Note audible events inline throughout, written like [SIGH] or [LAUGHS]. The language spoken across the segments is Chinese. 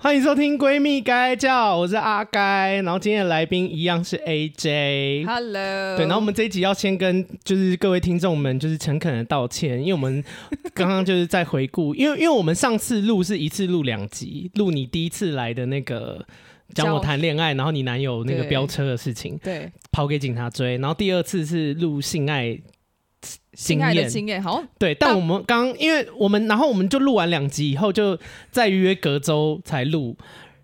欢迎收听《闺蜜该叫》，我是阿该，然后今天的来宾一样是 AJ。 Hello，对，然后我们这一集要先跟就是各位听众们就是诚恳的道歉，因为我们刚刚就是在回顾，因为因为我们上次录是一次录两集，录你第一次来的那个讲我叫谈恋爱，然后你男友那个对飙车的事情，对跑给警察追，然后第二次是录性爱。性爱的验。经验，好像对，但我们刚因为我们，然后我们就录完两集以后，就再约隔周才录。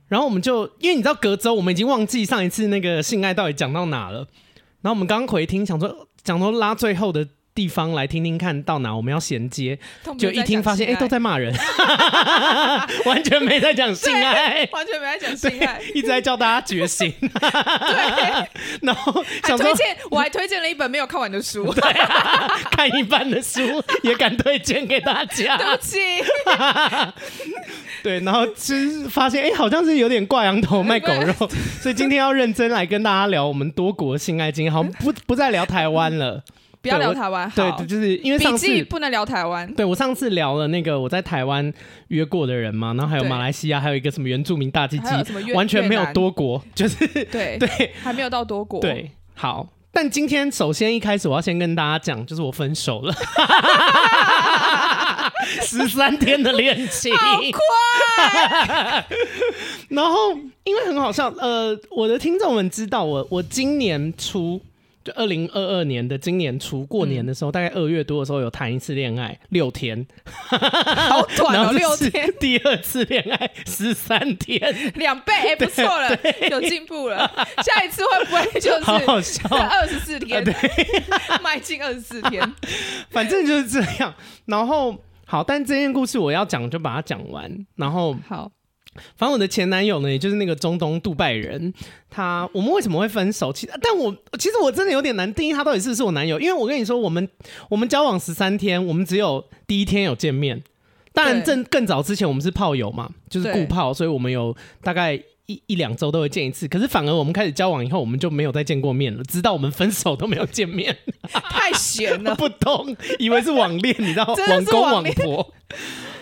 然后我们就因为你知道隔周，我们已经忘记上一次那个性爱到底讲到哪了。然后我们刚回听，想说想说拉最后的地方来听听看到哪我们要衔接，痛不就痛一听发现哎、都在骂 [LAUGHS] 人，完全没在讲性爱讲性爱，完全没在讲性爱，一直在叫大家觉醒。 [LAUGHS] [LAUGHS] 然后还想说推荐我还推荐了一本没有看完 [LAUGHS] 的书，对看一半的书也敢推荐给大家。不起， [LAUGHS] 对，然后就是发现，哎、好像是有点挂羊头卖狗肉， [LAUGHS] 所以今天要认真来跟大家聊我们多国性爱经验，好像 [LAUGHS] 不不再聊台湾了。不要聊我台湾，好对，就是因为上笔记次，不能聊台湾，对我上次聊了那个我在台湾约过的人嘛，然后还有对马来西亚，还有一个什么原住民大鸡还有什么鸡，越完全没有越南多 [LAUGHS] 国，就是对对还没有到多国，，对，好。但今天首先一开始我要先跟大家讲，就是我分手 [LAUGHS] 了，十三天的恋情，好啊快， [LAUGHS] 然后因为很好笑，呃，我的听众们知道我，我今年初就二零二二年的今年初过年的时候，大概二月多的时候有谈一次恋爱，六天，好 [LAUGHS] 短然哦，后六这是天， [LAUGHS] [LAUGHS] 第二次恋爱十三天，两倍，哎，不错了，有进步了，下一次会不会就 [LAUGHS] 好是好笑。二十四天啊对， [LAUGHS] 迈进二十四天，反正就是这样。然后好，但这件故事我要讲就把它讲完。然后好，反正我的前男友呢，也就是那个中东杜拜人，他我们为什么会分手？其但我其实我真的有点难定义他到底是不是我男友，因为我跟你说，我们我们交往十三天，我们只有第一天有见面，当然对正更早之前我们是炮友嘛，就是对固炮，所以我们有大概。一一两周都会见一次，可是反而我们开始交往以后，我们就没有再见过面了，直到我们分手都没有见面。太闲了， [LAUGHS] 不懂，以为是网恋，你知道，真的网是公网网恋婆。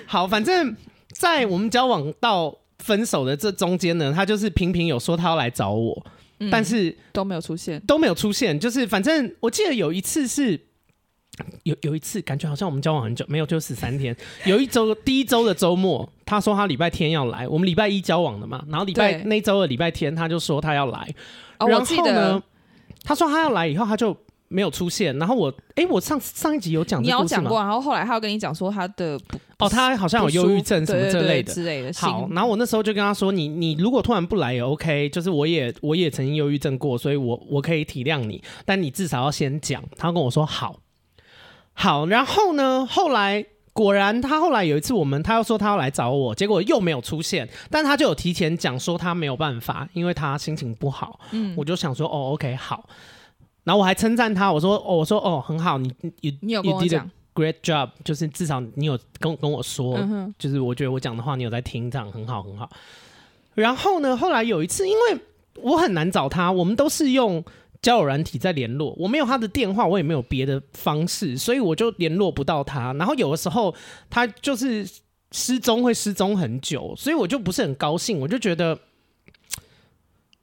好，反正在我们交往到分手的这中间呢，他就是频频有说他要来找我，嗯但是都没有出现，都没有出现。就是反正我记得有一次是。有有一次感觉好像我们交往很久，没有就十三天。 [LAUGHS] 有一周第一周的周末，他说他礼拜天要来，我们礼拜一交往的嘛，然后礼拜对那一周的礼拜天他就说他要来，哦，然我后记得呢，他说他要来以后，他就没有出现。然后我，哎、我上上一集有讲你这要故事讲吗？过，然后后来他有跟你讲说他的不哦，他好像有忧郁症什么不舒这服类对对对的。之类的。好，心然后我那时候就跟他说：“你你如果突然不来也 OK，就是我也我也曾经忧郁症过，所以我我可以体谅你，但你至少要先讲。”他跟我说：“好，好。”然后呢，后来果然他后来有一次我们他又说他要来找我，结果又没有出现，但他就有提前讲说他没有办法，因为他心情不好。嗯，我就想说，哦，OK，好。然后我还称赞他，我说，哦，我说，哦，很好，你你你有跟我 did a 讲， great job，就是至少你有跟跟我说，嗯哼，就是我觉得我讲的话你有在听，这样很好很好。然后呢，后来有一次，因为我很难找他，我们都是用交友软体在联络，我没有他的电话，我也没有别的方式，所以我就联络不到他。然后有的时候他就是失踪，会失踪很久，所以我就不是很高兴，我就觉得。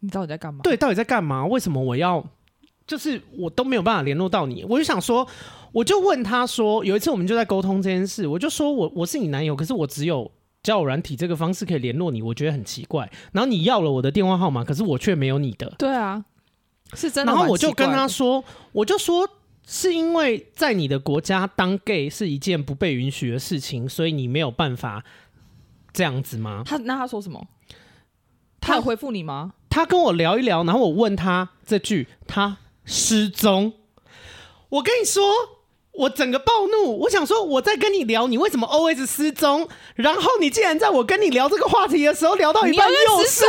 你到底在干嘛？对，到底在干嘛？为什么我要？就是我都没有办法联络到你，我就想说，我就问他说，有一次我们就在沟通这件事，我就说我我是你男友，可是我只有交友软体这个方式可以联络你，我觉得很奇怪。然后你要了我的电话号码，可是我却没有你的。对啊，是真的。然后我就跟他，说，我就说是因为在你的国家当 gay 是一件不被允许的事情，所以你没有办法这样子吗？他那他说什么？他他有回复 [LAUGHS] 你吗？他跟我聊一聊，然后我问他这句，他失踪。我跟你说，我整个暴怒，我想说我在跟你聊，你为什么 always 失踪？然后你竟然在我跟你聊这个话题的时候，聊到一半你又又失失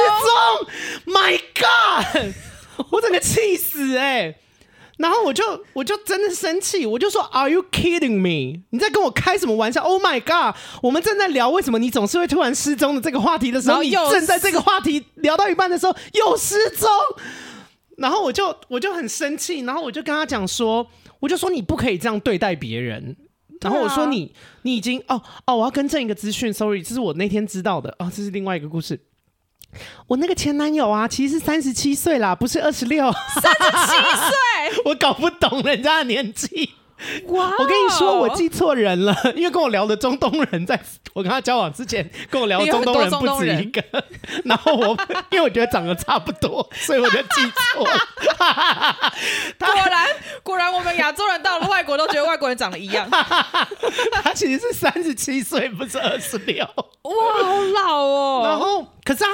踪，My God！我整个气死哎、然后我就我就真的生气，我就说 Are you kidding me？你在跟我开什么玩笑？Oh my god！我们正在聊为什么你总是会突然失踪的这个话题的时候，然后你又正在这个话题聊到一半的时候又失踪，然后我就我就很生气，然后我就跟他讲说，我就说你不可以这样对待别人。然后我说对啊你、你已经哦哦，我要更正一个资讯，sorry，这是我那天知道的哦，这是另外一个故事。我那个前男友啊，其实是三十七岁啦，不是二十六，七 [LAUGHS] 我搞不懂人家的年纪。岁，哇！哦我跟你说，我记错人了， [LAUGHS] 因为跟我聊的中东人在，我跟他交往之前，跟我聊的中东人不止一个。然后我，因为我觉得长得差不多，所以我就记 [LAUGHS] 错了。果然果然，我们亚洲人到了外国都觉得外国人长得一 [LAUGHS] 样，哇，他其实是三十七岁，不是二十六。好老哦。然后，可是他，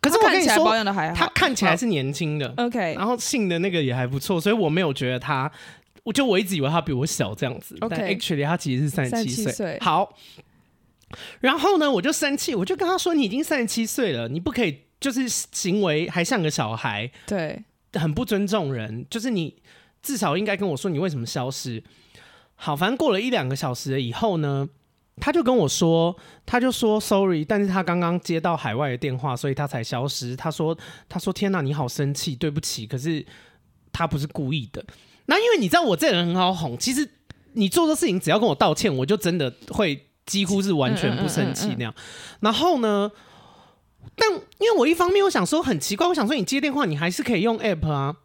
可是我跟他看你起来保说，养的还好，他看起来是年轻的， OK 然后性的那个也还不错，所以我没有觉得他，我就我一直以为他比我小这样子但 OK actually 他其实是三十七37岁好，然后呢，我就生气，我就跟他说：“你已经三十七岁了，你不可以就是行为还像个小孩，对，很不尊重人，就是你至少应该跟我说你为什么消失。”好，反正过了一两个小时了以后呢。他就跟我说，他就说 sorry，但是他刚刚接到海外的电话，所以他才消失。他说，他说天哪，你好生气，对不起，可是他不是故意的。那因为你知道我这人很好哄，其实你做错事情只要跟我道歉，我就真的会几乎是完全不生气那样。然后呢，但因为我一方面我想说很奇怪，我想说你接电话你还是可以用 app 啊，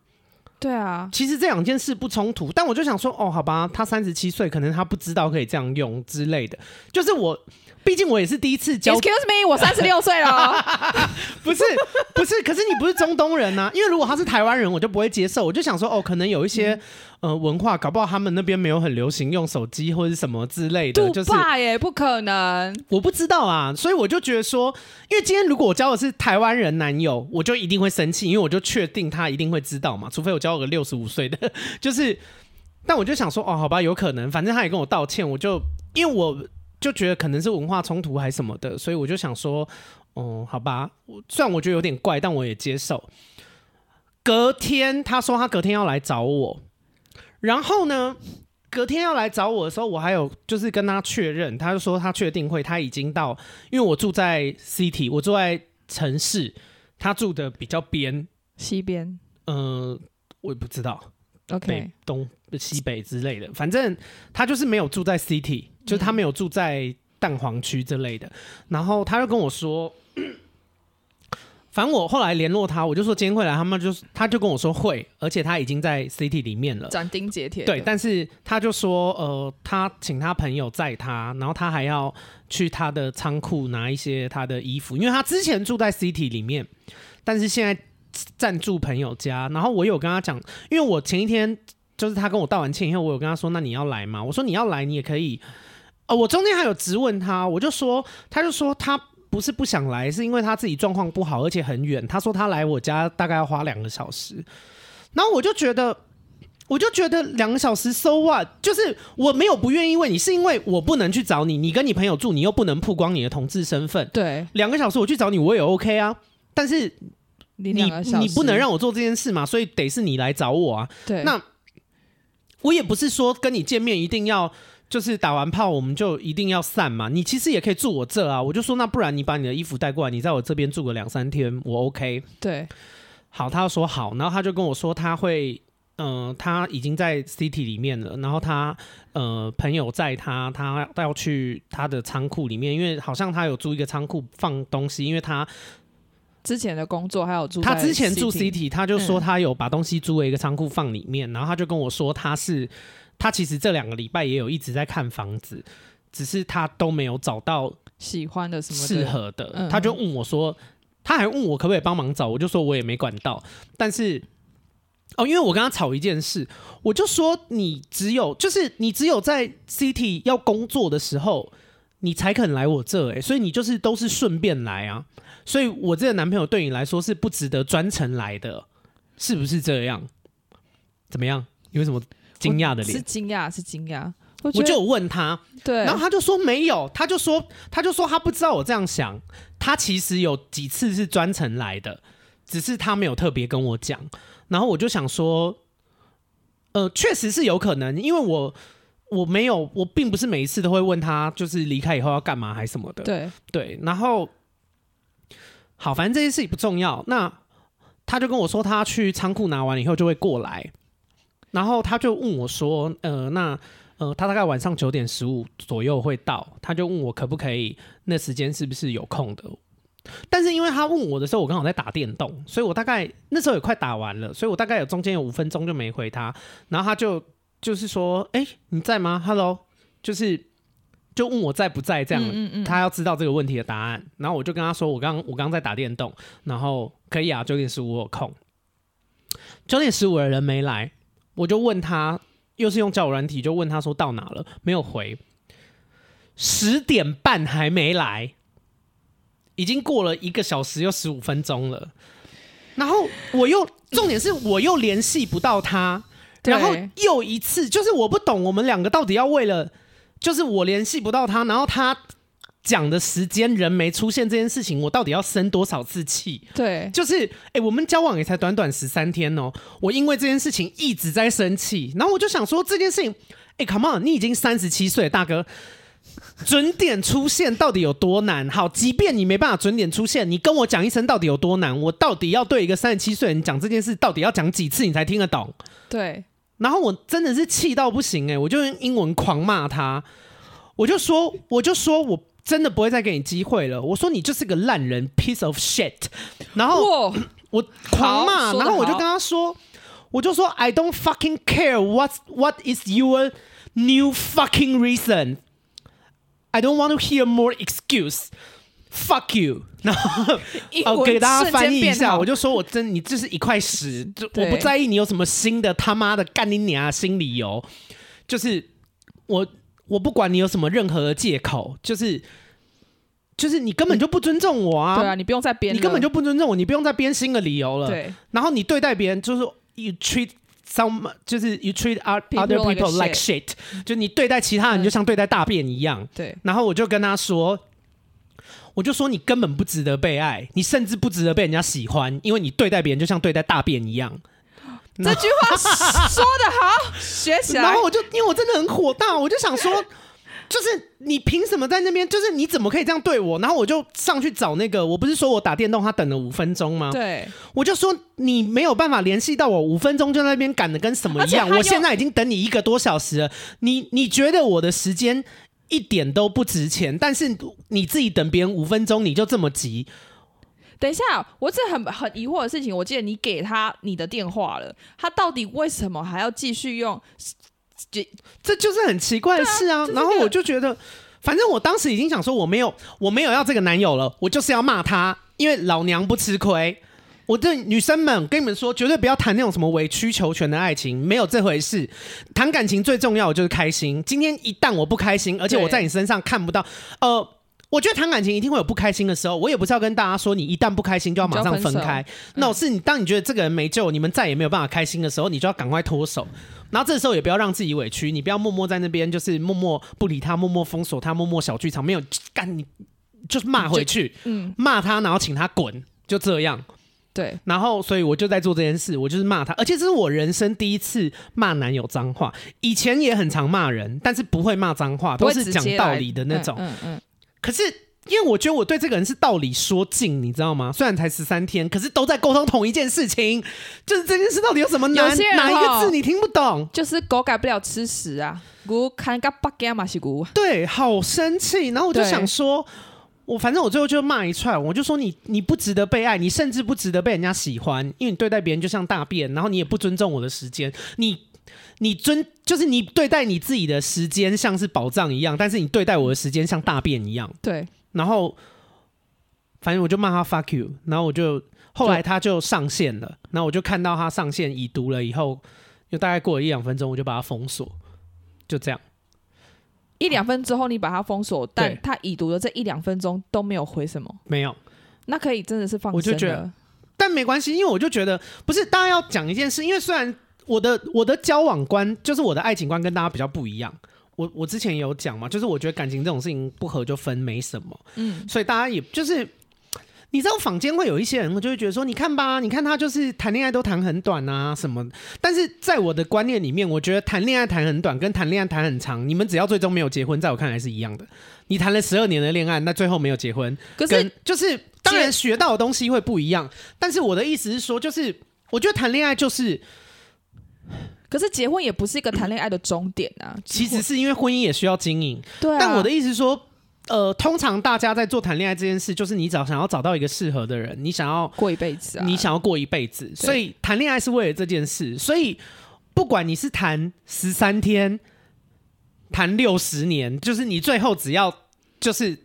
对啊，其实这两件事不冲突，但我就想说，哦，好吧，他三十七岁，可能他不知道可以这样用之类的。就是我，毕竟我也是第一次交， Excuse me，我三十六岁了 [LAUGHS] 哦。不是不是，可是你不是中东人啊呐、因为如果他是台湾人，我就不会接受。我就想说，哦，可能有一些、呃文化，搞不好他们那边没有很流行用手机或者什么之类的，杜就是爸耶，不可能。我不知道啊，所以我就觉得说，因为今天如果我交的是台湾人男友，我就一定会生气，因为我就确定他一定会知道嘛，除非我交个六十五岁的， [LAUGHS] 就是，但我就想说，哦，好吧，有可能，反正他也跟我道歉，我就因为我就觉得可能是文化冲突还什么的，所以我就想说，哦，好吧，我虽然我觉得有点怪，但我也接受。隔天他说他隔天要来找我，然后呢，隔天要来找我的时候，我还有就是跟他确认，他就说他确定会，他已经到，因为我住在 city，我住在城市，他住的比较边，西边嗯、我也不知道北，OK，东西北之类的，反正他就是没有住在 city，就是他没有住在蛋黄区之类的。然后他就跟我说，反正我后来联络他，我就说今天会来，他们就是他就跟我说会，而且他已经在 city 里面了。呃斩钉截铁的。对，但是他就说，呃，他请他朋友载他，然后他还要去他的仓库拿一些他的衣服，因为他之前住在 City 里面，但是现在暂住朋友家。然后我有跟他讲，因为我前一天就是他跟我道完歉以后，我有跟他说，那你要来吗？我说你要来，你也可以。呃，我中间还有质问他，我就说，他就说他。不是不想来，是因为他自己状况不好，而且很远。他说他来我家大概要花两个小时，然后我就觉得我就觉得两个小时 so what，就是我没有不愿意为你，是因为我不能去找你，你跟你朋友住，你又不能曝光你的同志身份。对，两个小时我去找你，我也 OK 啊，但是你你两个小时你不能让我做这件事嘛，所以得是你来找我啊。对那我也不是说跟你见面一定要就是打完炮我们就一定要散嘛，你其实也可以住我这啊。我就说那不然你把你的衣服带过来，你在我这边住个两三天，我 OK。对好，他说好，然后他就跟我说他会，嗯、他已经在 City 里面了，然后他呃朋友载他，他要去他的仓库里面，因为好像他有租一个仓库放东西，因为他之前的工作还有住他在嗯之前住 City City，他就说他有把东西租了一个仓库放里面，然后他就跟我说他是他其实这两个礼拜也有一直在看房子，只是他都没有找到喜欢的什么适的合的，嗯他就问我说，他还问我可不可以帮忙找，我就说我也没管到，但是哦，因为我跟他吵一件事，我就说你只有就是你只有在 CT 要工作的时候，你才肯来我这、欸，所以你就是都是顺便来啊，所以我这个男朋友对你来说是不值得专程来的，是不是这样？怎么样？有什么惊讶的是脸？惊讶是惊讶，我我觉就得有问他，对然，后他就说没有，他就说他就说他不知道我这样想，他其实有几次是专程来的，只是他没有特别跟我讲。然后我就想说，呃，确实是有可能，因为我我没有，我并不是每一次都会问他，就是离开以后要干嘛还什么的。对对，然后好，反正这些事情不重要。那他就跟我说，他去仓库拿完了以后就会过来，然后他就问我说，呃，那呃，他大概晚上九点十五左右会到，他就问我可不可以那时间是不是有空的。但是因为他问我的时候，我刚好在打电动，所以我大概那时候也快打完了，所以我大概有中间有五分钟就没回他，然后他就就是说，哎、你在吗？Hello，就是就问我在不在这样，嗯嗯他要知道这个问题的答案，然后我就跟他说，我刚我刚在打电动，然后可以啊，九点十五我有空。九点十五的人没来，我就问他，又是用交友软体，就问他说到哪了，没有回。十点半还没来，已经过了一个小时又十五分钟了。然后我又重点是我又联系不到他，对然后又一次就是我不懂我们两个到底要为了就是我联系不到他，然后他讲的时间人没出现这件事情，我到底要生多少次气？对，就是，哎、我们交往也才短短十三天哦，我因为这件事情一直在生气，然后我就想说这件事情，哎、c o m e on，你已经三十七岁了，大哥，准点出现到底有多难？好，即便你没办法准点出现，你跟我讲一声到底有多难，我到底要对一个三十七岁人讲这件事，到底要讲几次你才听得懂？对，然后我真的是气到不行哎、我就用英文狂骂他，我就说，我就说我真的不会再给你机会了，我说你就是个烂人，piece of shit，然后。哇，我狂好骂，说得然后我就好跟他说，我就说 I don't fucking care what what is your new fucking reason. I don't want to hear more excuse. Fuck you！然后英呃，文给大家瞬间翻译一变下，好我就说我真你就是一块屎，就我对不在意你有什么新的他妈的干你娘的新理由，就是我我不管你有什么任何的借口，就是就是你根本就不尊重我啊，对啊，你不用再编了，你根本就不尊重我，你不用再编新的理由了。对然后你对待别人就是 you treat some 就是 you treat o t People other like people like shit，就你对待其嗯他人就像对待大便一样。对然后我就跟他说。我就说你根本不值得被爱，你甚至不值得被人家喜欢，因为你对待别人就像对待大便一样。这句话说的好，学起然来后。我就因为我真的很火大，我就想说，就是你凭什么在那边？就是你怎么可以这样对我？然后我就上去找那个，我不是说我打电动他等了五分钟吗？对，我就说你没有办法联系到我，五分钟就在那边赶的跟什么一而且样。他又我现在已经等你一个多小时了，你你觉得我的时间一点都不值钱，但是你自己等别人五分钟你就这么急，等一下，我这很很疑惑的事情，我记得你给他你的电话了，他到底为什么还要继续用？这就是很奇怪的事啊。这是然后个我就觉得，反正我当时已经想说我没有我没有要这个男友了，我就是要骂他，因为老娘不吃亏。我这女生们跟你们说，绝对不要谈那种什么委曲求全的爱情，没有这回事。谈感情最重要的就是开心。今天一旦我不开心，而且我在你身上看不到，呃，我觉得谈感情一定会有不开心的时候。我也不是要跟大家说，你一旦不开心就要马上分你就要开分。那我是你，当你觉得这个人没救，你们再也没有办法开心的时候，你就要赶快脱手。然后这时候也不要让自己委屈，你不要默默在那边就是默默不理他，默默封锁他，默默小剧场，没有干你就是骂回去，嗯，骂他，然后请他滚，就这样。对，然后，所以我就在做这件事，我就是骂他，而且这是我人生第一次骂男友脏话，以前也很常骂人，但是不会骂脏话，不啊都会是直讲接道来理的那嗯种。嗯嗯，可是因为我觉得我对这个人是道理说尽，你知道吗？虽然才十三天，可是都在沟通同一件事情，就是这件事到底有什么有难些？人哪一哦个字你听不懂？就是狗改不了吃屎啊，牛看个八家嘛是牛，对，好生气。然后我就对想说，我反正我最后就骂一串，我就说你你不值得被爱，你甚至不值得被人家喜欢，因为你对待别人就像大便，然后你也不尊重我的时间，你。你尊就是你对待你自己的时间像是宝藏一样，但是你对待我的时间像大便一样。对，然后反正我就骂他 fuck you，然后我就后来他就上线了，然后我就看到他上线已读了以后，就大概过了一两分钟，我就把他封锁，就这样。一两分之后你把它封锁，但对他已读的这一两分钟都没有回什么，没有，那可以真的是放我就生觉得了，但没关系，因为我就觉得不是大家要讲一件事，因为虽然我的我的交往观就是我的爱情观跟大家比较不一样。我我之前有讲嘛，就是我觉得感情这种事情不合就分没什么，嗯，所以大家也就是，你知道坊间会有一些人就会觉得说，你看吧，你看他就是谈恋爱都谈很短啊什么。但是在我的观念里面，我觉得谈恋爱谈很短跟谈恋爱谈很长，你们只要最终没有结婚，在我看来是一样的。你谈了十二年的恋爱，那最后没有结婚，可跟是就是当然学到的东西会不一样，但是我的意思是说，就是我觉得谈恋爱就是可是结婚也不是一个谈恋爱的终点啊。其实是因为婚姻也需要经营，对啊，但我的意思是说，呃，通常大家在做谈恋爱这件事，就是你找想要找到一个适合的人，你想要过一辈子啊，你想要过一辈子，所以谈恋爱是为了这件事。所以不管你是谈十三天，谈六十年，就是你最后只要就是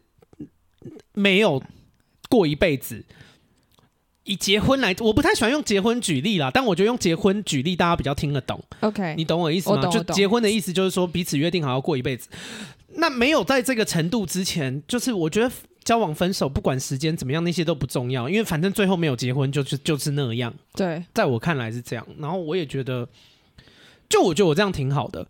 没有过一辈子。以结婚来，我不太喜欢用结婚举例啦，但我觉得用结婚举例大家比较听得懂。 OK，你懂我意思我吗？懂就我懂结婚的意思就是说彼此约定好要过一辈子。那没有在这个程度之前，就是我觉得交往、分手，不管时间怎么样，那些都不重要，因为反正最后没有结婚，就是就是那样。对在我看来是这样，然后我也觉得，就我觉得我这样挺好的。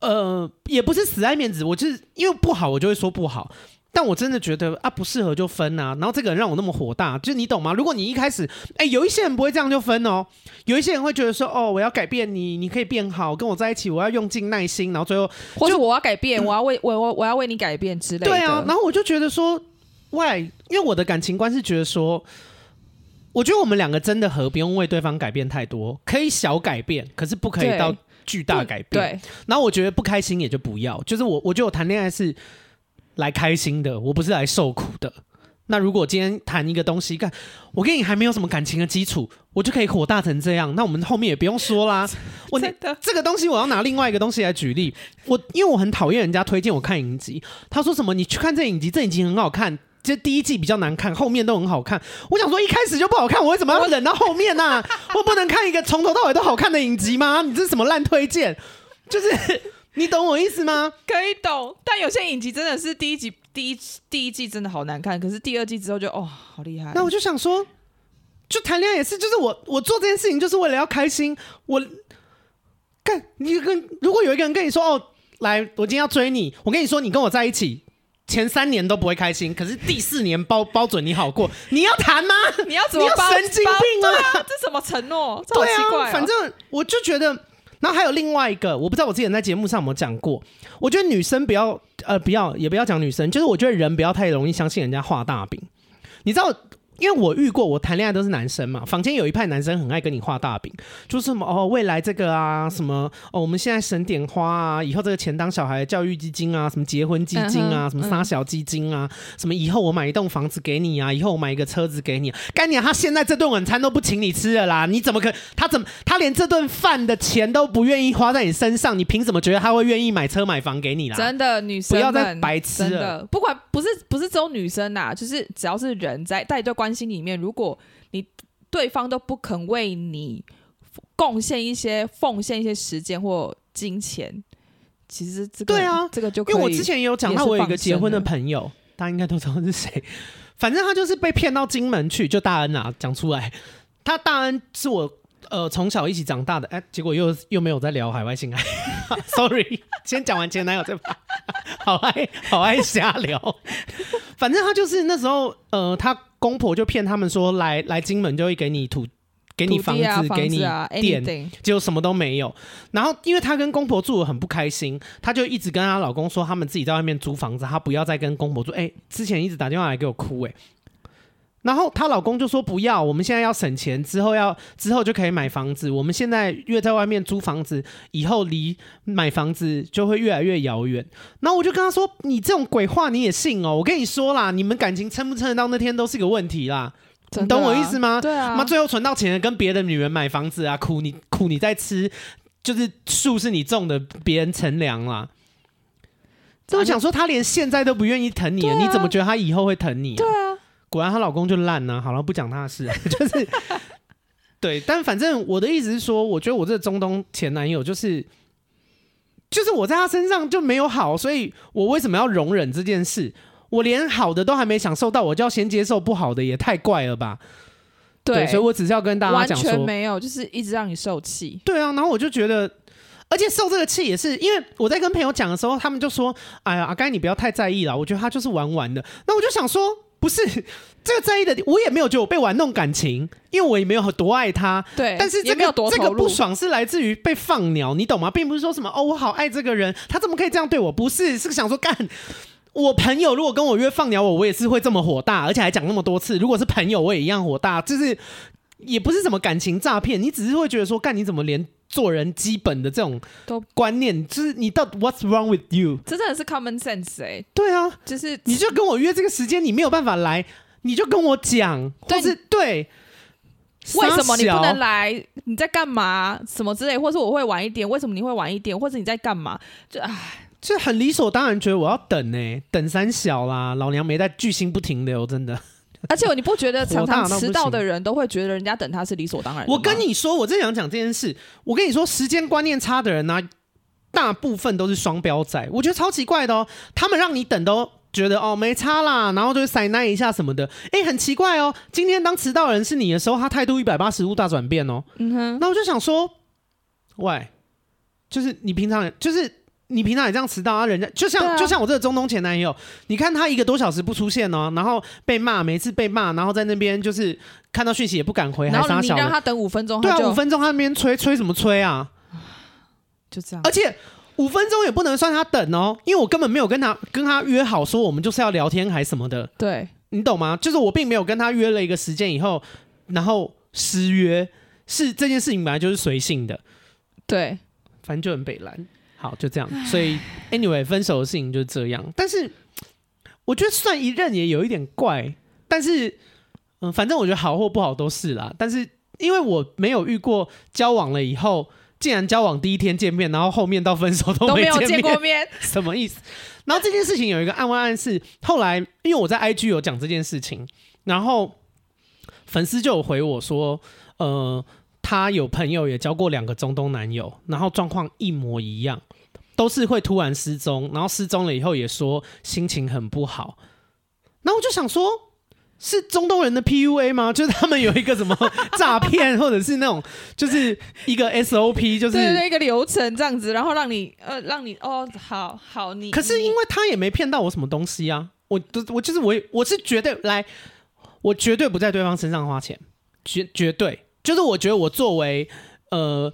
呃，也不是死爱面子，我就是因为不好，我就会说不好。但我真的觉得啊，不适合就分啊。然后这个人让我那么火大，就是你懂吗？如果你一开始，哎、有一些人不会这样就分哦，有一些人会觉得说，哦，我要改变你，你可以变好，跟我在一起，我要用尽耐心，然后最后或者我要改变，我要为我我我要为你改变之类的。对啊，然后我就觉得说喂，因为我的感情观是觉得说，我觉得我们两个真的何不用为对方改变太多，可以小改变，可是不可以对到巨大改变。对，然后我觉得不开心也就不要，就是我我觉得我谈恋爱是来开心的，我不是来受苦的。那如果今天谈一个东西，干我跟你还没有什么感情的基础，我就可以火大成这样，那我们后面也不用说 [LAUGHS] 啦。我真的这个东西我要拿另外一个东西来举例，我因为我很讨厌人家推荐我看影集，他说什么你去看这影集，这影集很好看。这第一季比较难看，后面都很好看。我想说，一开始就不好看，我为什么要忍到后面呢、我不能看一个从头到尾都好看的影集吗？你这是什么烂推荐？就是你懂我意思吗？可以懂。但有些影集真的是第一集第一第一季真的好难看，可是第二季之后就哦好厉害。那我就想说，就谈恋爱也是，就是我我做这件事情就是为了要开心。我干你跟如果有一个人跟你说哦，来，我今天要追你，我跟你说，你跟我在一起。前三年都不会开心，可是第四年包包准你好过，你要谈吗？ [LAUGHS] 你要怎么你要包神经病包啊对啊，这什么承诺？这好对奇怪哦、啊，反正我就觉得，然后还有另外一个，我不知道我之前在节目上有没有讲过，我觉得女生不要呃不要也不要讲女生，就是我觉得人不要太容易相信人家画大饼，你知道。因为我遇过，我谈恋爱都是男生嘛，房间有一派男生很爱跟你画大饼，就是什么哦，未来这个啊，什么哦，我们现在省点花啊，以后这个钱当小孩的教育基金啊，什么结婚基金啊，嗯哼嗯什么撒小基金啊，什么以后我买一栋房子给你啊，以后我买一个车子给你、啊，干你、啊、他现在这顿晚餐都不请你吃了啦，你怎么可他怎么他连这顿饭的钱都不愿意花在你身上，你凭什么觉得他会愿意买车买房给你啦？真的，女生不要们再白痴了真的，不管不是不是只有女生呐、就是只要是人在在一段关系里面，如果你对方都不肯为你贡献一些、奉献一些时间或金钱，其实这个对啊这个就可以因为我之前也有讲到，我有一个结婚的也是放生的朋友，大家应该都知道是谁， [LAUGHS] 反正他就是被骗到金门去，就大恩啊，讲出来，他大恩是我呃从小一起长大的，哎、结果又又没有在聊海外性爱 [LAUGHS] ，sorry，先讲完前男友再吧， [LAUGHS] 好爱好爱瞎聊，反正他就是那时候呃，他公婆就骗他们说来来金门就会给你土。给你土房地啊、给你啊、店 anything 结果什么都没有。然后因为她跟公婆住的很不开心，她就一直跟她老公说，他们自己在外面租房子，她不要再跟公婆住。哎、之前一直打电话来给我哭、哎。然后她老公就说不要，我们现在要省钱，之后要之后就可以买房子。我们现在越在外面租房子，以后离买房子就会越来越遥远。然后我就跟她说，你这种鬼话你也信哦？我跟你说啦，你们感情撑不撑得到那天都是个问题啦。真你的啊懂我意思吗？对啊，妈，最后存到钱了跟别的女人买房子啊，苦你苦你在吃，就是树是你种的，别人乘凉啦。对就啊我想说，她连现在都不愿意疼你了，对啊你怎么觉得她以后会疼你、对啊，果然她老公就烂啊呢、好了，不讲她的事， [LAUGHS] 就是对。但反正我的意思是说，我觉得我这中东前男友就是。就是我在他身上就没有好，所以我为什么要容忍这件事？我连好的都还没享受到，我就要先接受不好的，也太怪了吧？对，所以我只是要跟大家完讲全说，没有，就是一直让你受气。对啊，然后我就觉得，而且受这个气也是因为我在跟朋友讲的时候，他们就说：“哎呀，阿该你不要太在意了，我觉得他就是玩玩的。”那我就想说，不是这个在意的，我也没有觉得我被玩弄感情，因为我也没有多爱他。对，但是哎也这没有个多这投个入不，爽是来自于被放鸟，你懂吗？并不是说什么哦，我好爱这个人，他怎么可以这样对我？不是，是想说干。我朋友如果跟我约放鸟我，我也是会这么火大，而且还讲那么多次。如果是朋友，我也一样火大，就是也不是什么感情诈骗，你只是会觉得说，干你怎么连做人基本的这种都观念，就是你到底 What's wrong with you？这真的是 common sense 哎、对啊，就是你就跟我约这个时间，你没有办法来，你就跟我讲，对或是对，为什么你不傻小能来？你在干嘛？什么之类，或是我会晚一点，为什么你会晚一点？或者你在 [LAUGHS] 干嘛？就很理所当然觉得我要等呢、等三小啦，老娘没在巨星不停留，真的。而且你不觉得常火大常到不迟到的人都会觉得人家等他是理所当然的吗？我跟你说，我正想讲这件事，我跟你说，时间观念差的人呢、大部分都是双标仔，我觉得超奇怪的哦，他们让你等都。觉得哦没差啦，然后就塞奶一下什么的，哎，很奇怪哦。今天当迟到的人是你的时候，他态度一百八十度大转变哦。嗯哼，那我就想说，喂，就是你平常就是你平常也这样迟到啊，人家就像、对啊就像我这个中东前男友，你看他一个多小时不出现哦，然后被骂，每次被骂，然后在那边就是看到讯息也不敢回，还然后傻你小让的。他等五分钟，对啊，他哦就五分钟他那边吹吹什么吹啊？就这样而。且五分钟也不能算他等哦，因为我根本没有跟他跟他约好说我们就是要聊天还什么的，对，你懂吗？就是我并没有跟他约了一个时间以后，然后失约，是这件事情本来就是随性的。 [LAUGHS] 对，反正就很北蓝。好，就这样。所以 anyway，分手的事情就是这样。但是我觉得算一任也有一点怪，但是嗯、反正我觉得好或不好都是啦。但是因为我没有遇过交往了以后，竟然交往第一天见面，然后后面到分手都都没有见见过面， [LAUGHS] 什么意思？然后这件事情有一个案外案是，后来因为我在 IG 有讲这件事情，然后粉丝就有回我说，呃，他有朋友也交过两个中东男友，然后状况一模一样，都是会突然失踪，然后失踪了以后也说心情很不好。然后我就想说，是中东人的 PUA 吗？就是他们有一个什么 [LAUGHS] 诈骗，或者是那种就是一个 SOP，就对是对对，一个流程这样子，然后让你呃，让你哦，好好，你可是你因为他也没骗到我什么东西啊，我我就是我也我是绝对来，我绝对不在对方身上花钱，绝绝对就是我觉得我作为呃，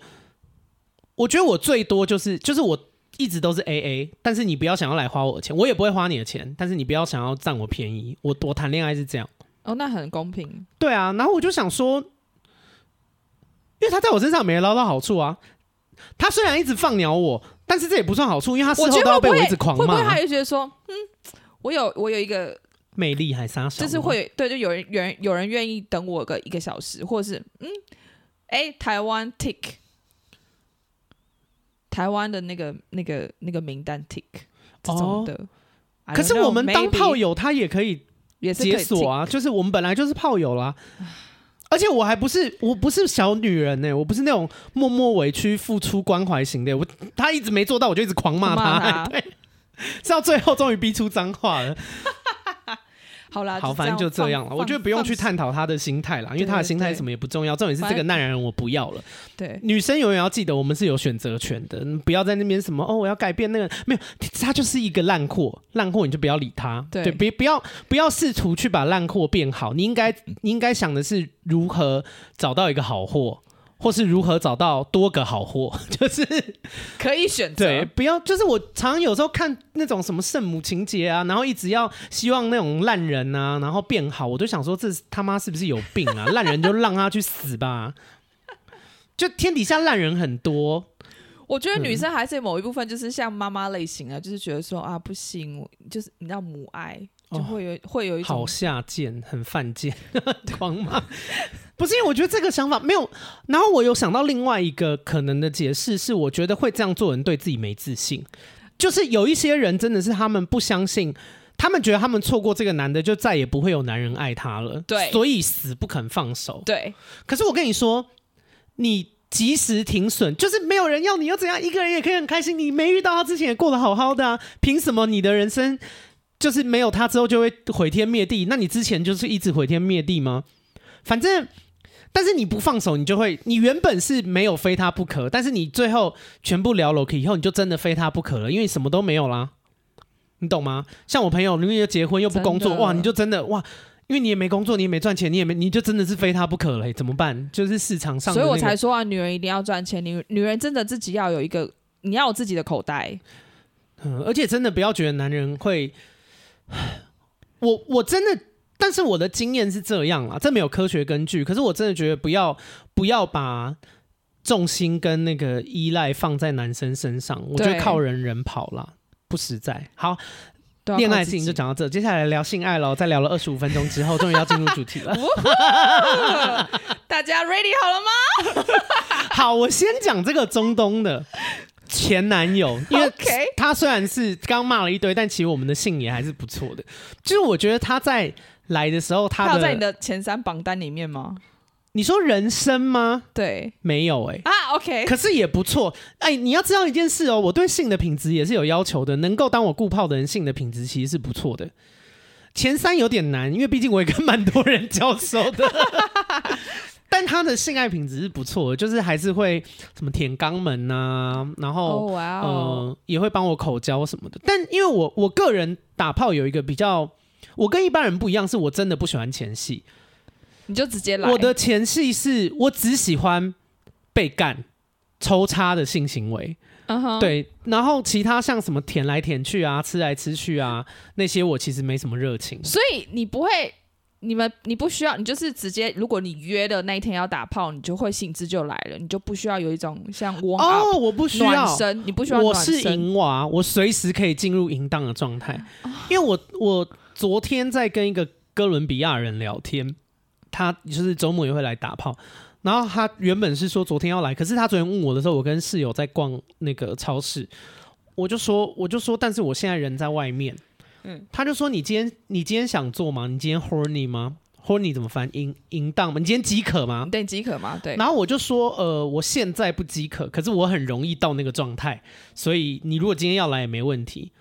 我觉得我最多就是就是我一直都是 A A，但是你不要想要来花我的钱，我也不会花你的钱，但是你不要想要占我便宜，我我谈恋爱是这样，哦，那很公平，对啊，然后我就想说，因为他在我身上没捞到好处啊，他虽然一直放鸟我。但是这也不算好处，因为他事我后觉都得要会被不我会一直狂骂、啊会不会他也觉得说，嗯，我有我有一个魅力还杀手，就是会对，就有人有人有人愿意等我个一个小时，或者是嗯，哎，台湾 tick，台湾的那个那个那个名单 tick 这种的。I 哦可是我们 don't know，当 maybe 炮友，他也可以也是可以解锁啊，就是我们本来就是炮友啦。而且我还不是，我不是小女人呢、欸我不是那种默默委屈、付出关怀型的。我他一直没做到，我就一直狂骂他，哎骂 [LAUGHS] 他对，是到最后终于逼出脏话了。 tick [LAUGHS] 好啦，好，反正就这样了。我觉得不用去探讨他的心态啦，因为他的心态对对什么也不重要，重点是这反个正烂男人我不要了。对，女生永远要记得，我们是有选择权的，嗯不要在那边什么哦，我要改变那个没有，他就是一个烂货，烂货你就不要理他，对别不要不要试图去把烂货变好，你应该你应该想的是如何找到一个好货，或是如何找到多个好货， [LAUGHS] 就是可以选择。对，不要就是我常有时候看那种什么圣母情节啊，然后一直要希望那种烂人啊，然后变好，我就想说这是他妈是不是有病啊？烂人就让他去死吧。就天底下烂人很多，我觉得嗯女生还是有某一部分就是像妈妈类型啊，就是觉得说啊不行，我就是你知道母爱哦就会有、会有一好种下贱，很犯贱， [LAUGHS] 狂骂。不是因为我觉得这个想法没有，然后我有想到另外一个可能的解释是，我觉得会这样做的人对自己没自信，就是有一些人真的是他们不相信。他们觉得他们错过这个男的，就再也不会有男人爱他了，对所以死不肯放手。对可是我跟你说，你及时停损，就是没有人要你又怎样，一个人也可以很开心。你没遇到他之前也过得好好的啊，凭什么你的人生就是没有他之后就会毁天灭地？那你之前就是一直毁天灭地吗？反正。但是你不放手，你就会，你原本是没有非他不可，但是你最后全部聊 l o 以后，你就真的非他不可了，因为什么都没有啦，你懂吗？像我朋友，因为结婚又不工作，真的哇，你就真的哇，因为你也没工作，你也没赚钱，你也没，你就真的是非他不可了、欸怎么办？就是市场上的所以那我个、才说啊，女人一定要赚钱，女女人真的自己要有一个，你要有自己的口袋。嗯，而且真的不要觉得男人会，我我真的，但是我的经验是这样啦，这没有科学根据，可是我真的觉得不要不要把重心跟那个依赖放在男生身上，我觉得对靠人人跑啦，不实在。好，对啊恋爱靠的自事情就己讲到这，接下来聊性爱喽。在聊了二十五分钟之后，终于要进入主题了。 [LAUGHS] 大家 ready 好了吗？ [LAUGHS] 好，我先讲这个中东的前男 [LAUGHS] 友，因为 OK 他虽然是刚骂了一堆，但其实我们的性也还是不错的。就是我觉得他在来的时候，他他有的在你的前三榜单里面吗？你说人生吗？对没有哎、啊，OK，可是也不错，哎，你要知道一件事哦，我对性的品质也是有要求的。能够当我顾炮的人，性的品质其实是不错的。前三有点难，因为毕竟我也跟蛮多人交手的，但他的性爱品质是不错的，就是还是会什么舔肛门呐、然后哦哇嗯、哦，呃也会帮我口交什么的。但因为我我个人打炮有一个比较，我跟一般人不一样，是我真的不喜欢前戏，你就直接来，我的前戏是我只喜欢被干、抽插的性行为，嗯哼，对。然后其他像什么舔来舔去啊、吃来吃去啊那些，我其实没什么热情。所以你不会，你们你不需要，你就是直接，如果你约的那一天要打炮，你就会兴致就来了，你就不需要有一种像 warm up、哦，我不需要暖。身，你不需要我暖是身。淫娃，我随时可以进入淫荡的状态，啊因为我我昨天在跟一个哥伦比亚人聊天，他就是周末也会来打炮，然后他原本是说昨天要来，可是他昨天问我的时候，我跟室友在逛那个超市，我就说我就说，但是我现在人在外面，嗯，他就说你今天你今天想做吗？你今天 horny 吗？horny 怎么翻？淫淫荡吗？你今天饥渴吗？对，饥渴吗？对，然后我就说，呃，我现在不饥渴，可是我很容易到那个状态，所以你如果今天要来也没问题。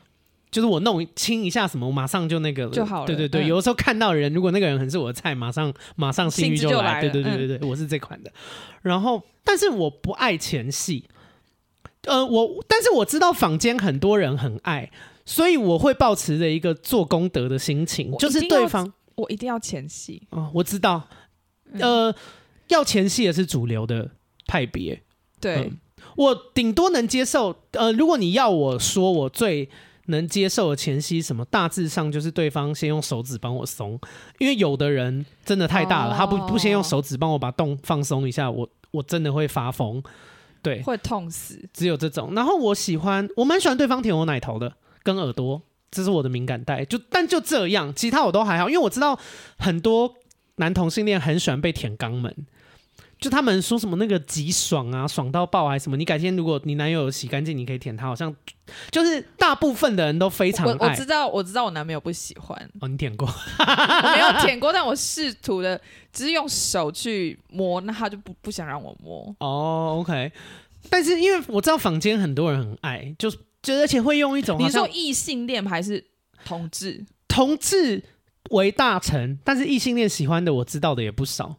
就是我弄清一下什么，我马上就那个了就好了对对对，嗯有的时候看到人，如果那个人很是我的菜，马上马上性欲兴致就来。来对了对对对对，我是这款的。然后，但是我不爱前戏。呃，我但是我知道坊间很多人很爱，所以我会抱持着一个做功德的心情，我就一是定要对方我一定要前戏。哦，我知道，呃，要前戏也是主流的派别。对嗯，我顶多能接受，呃，如果你要我说，我最能接受的前戏什么，大致上就是对方先用手指帮我松，因为有的人真的太大了，他不不先用手指帮我把洞放松一下，我我真的会发疯。对，会痛死。只有这种。然后我喜欢，我蛮喜欢对方舔我奶头的，跟耳朵，这是我的敏感带。就但就这样，其他我都还好，因为我知道很多男同性恋很喜欢被舔肛门。就他们说什么那个极爽啊，爽到爆还是什么？你改天如果你男友有洗干净，你可以舔他，好像就是大部分的人都非常我我爱知道，我知道我男朋友不喜 [LAUGHS] 欢，哦。你舔过？我没有舔过，但我试图的，只是用手去摸，那他就不不想让我摸。哦，OK。但是因为我知道坊间很多人很爱，就是就而且会用一种好你像说异性恋还是同志？同志为大成，但是异性恋喜欢的我知道的也不少。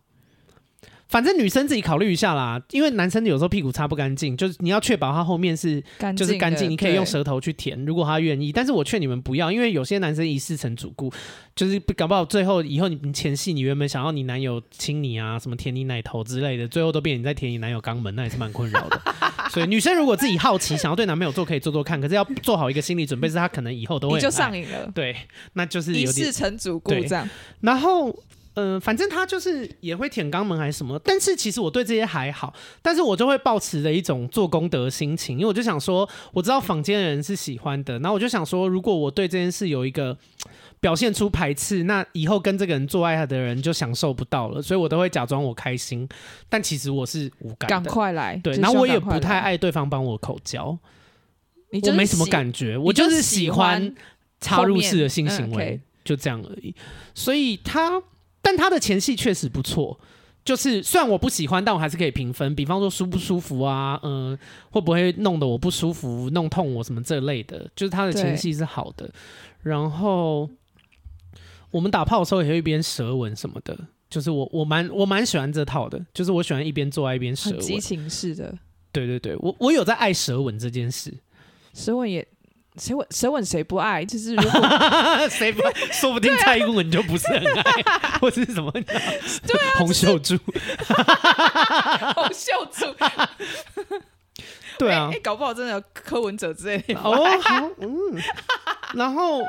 反正女生自己考虑一下啦，因为男生有时候屁股擦不干净，就是你要确保他后面是干就是干净，的你可以用对舌头去舔，如果他愿意。但是我劝你们不要，因为有些男生一世成主顾，就是不搞不好最后以后你你前戏，你原本想要你男友亲你啊，什么舔你奶头之类的，最后都变成你在舔你男友肛门，那也是蛮困扰 [LAUGHS] 的。所以女生如果自己好奇，想要对男朋友做，可以做做看，可是要做好一个心理准备，是他可能以后都会你就很爱上瘾了，对，那哎就是一有点世成主顾对这样。然后，嗯、反正他就是也会舔肛门还是什么，但是其实我对这些还好，但是我就会抱持着一种做功德的心情，因为我就想说，我知道坊间的人是喜欢的，然后我就想说，如果我对这件事有一个表现出排斥，那以后跟这个人做爱的人就享受不到了，所以我都会假装我开心，但其实我是无感赶的。快来！对，就是然后我希望也赶快不太来，爱对方帮我口交，你就我是没什么喜，感觉，你我就是是喜欢插入式的性行后面嗯为， ，OK 就这样而已。所以他，但他的前戏确实不错。就是虽然我不喜欢，但我还是可以评分。比方说舒不舒服啊，嗯、会不会弄得我不舒服、弄痛我什么这类的，就是他的前戏是好的。然后我们打炮的时候也会一边舌吻什么的，就是我我蛮我蛮喜欢这套的，就是我喜欢一边做爱一边舌很激吻。情式的对对对，我我有在爱舌吻这件事，舌吻也。舌吻舌吻谁不爱？就是如 [LAUGHS] 果谁不爱？说不定蔡英文就不是很爱，或者是什么？对啊，红秀珠。洪秀柱，对啊哎、，搞不好真的有哎柯文哲之类的。哦，好，嗯，然后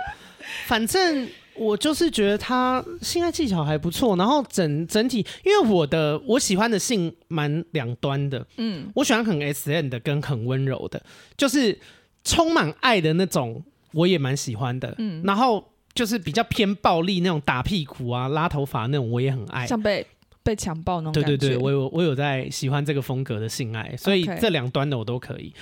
反正。我就是觉得他性爱技巧还不错，然后整整体，因为我的我喜欢的性蛮两端的，嗯，我喜欢很 S N 的跟很温柔的，就是充满爱的那种，我也蛮喜欢的。嗯，然后就是比较偏暴力那种打屁股啊、拉头发那种，我也很爱。像被被强暴那种对感觉。对对，我有我有在喜欢这个风格的性爱，所以 OK 这两端的我都可以。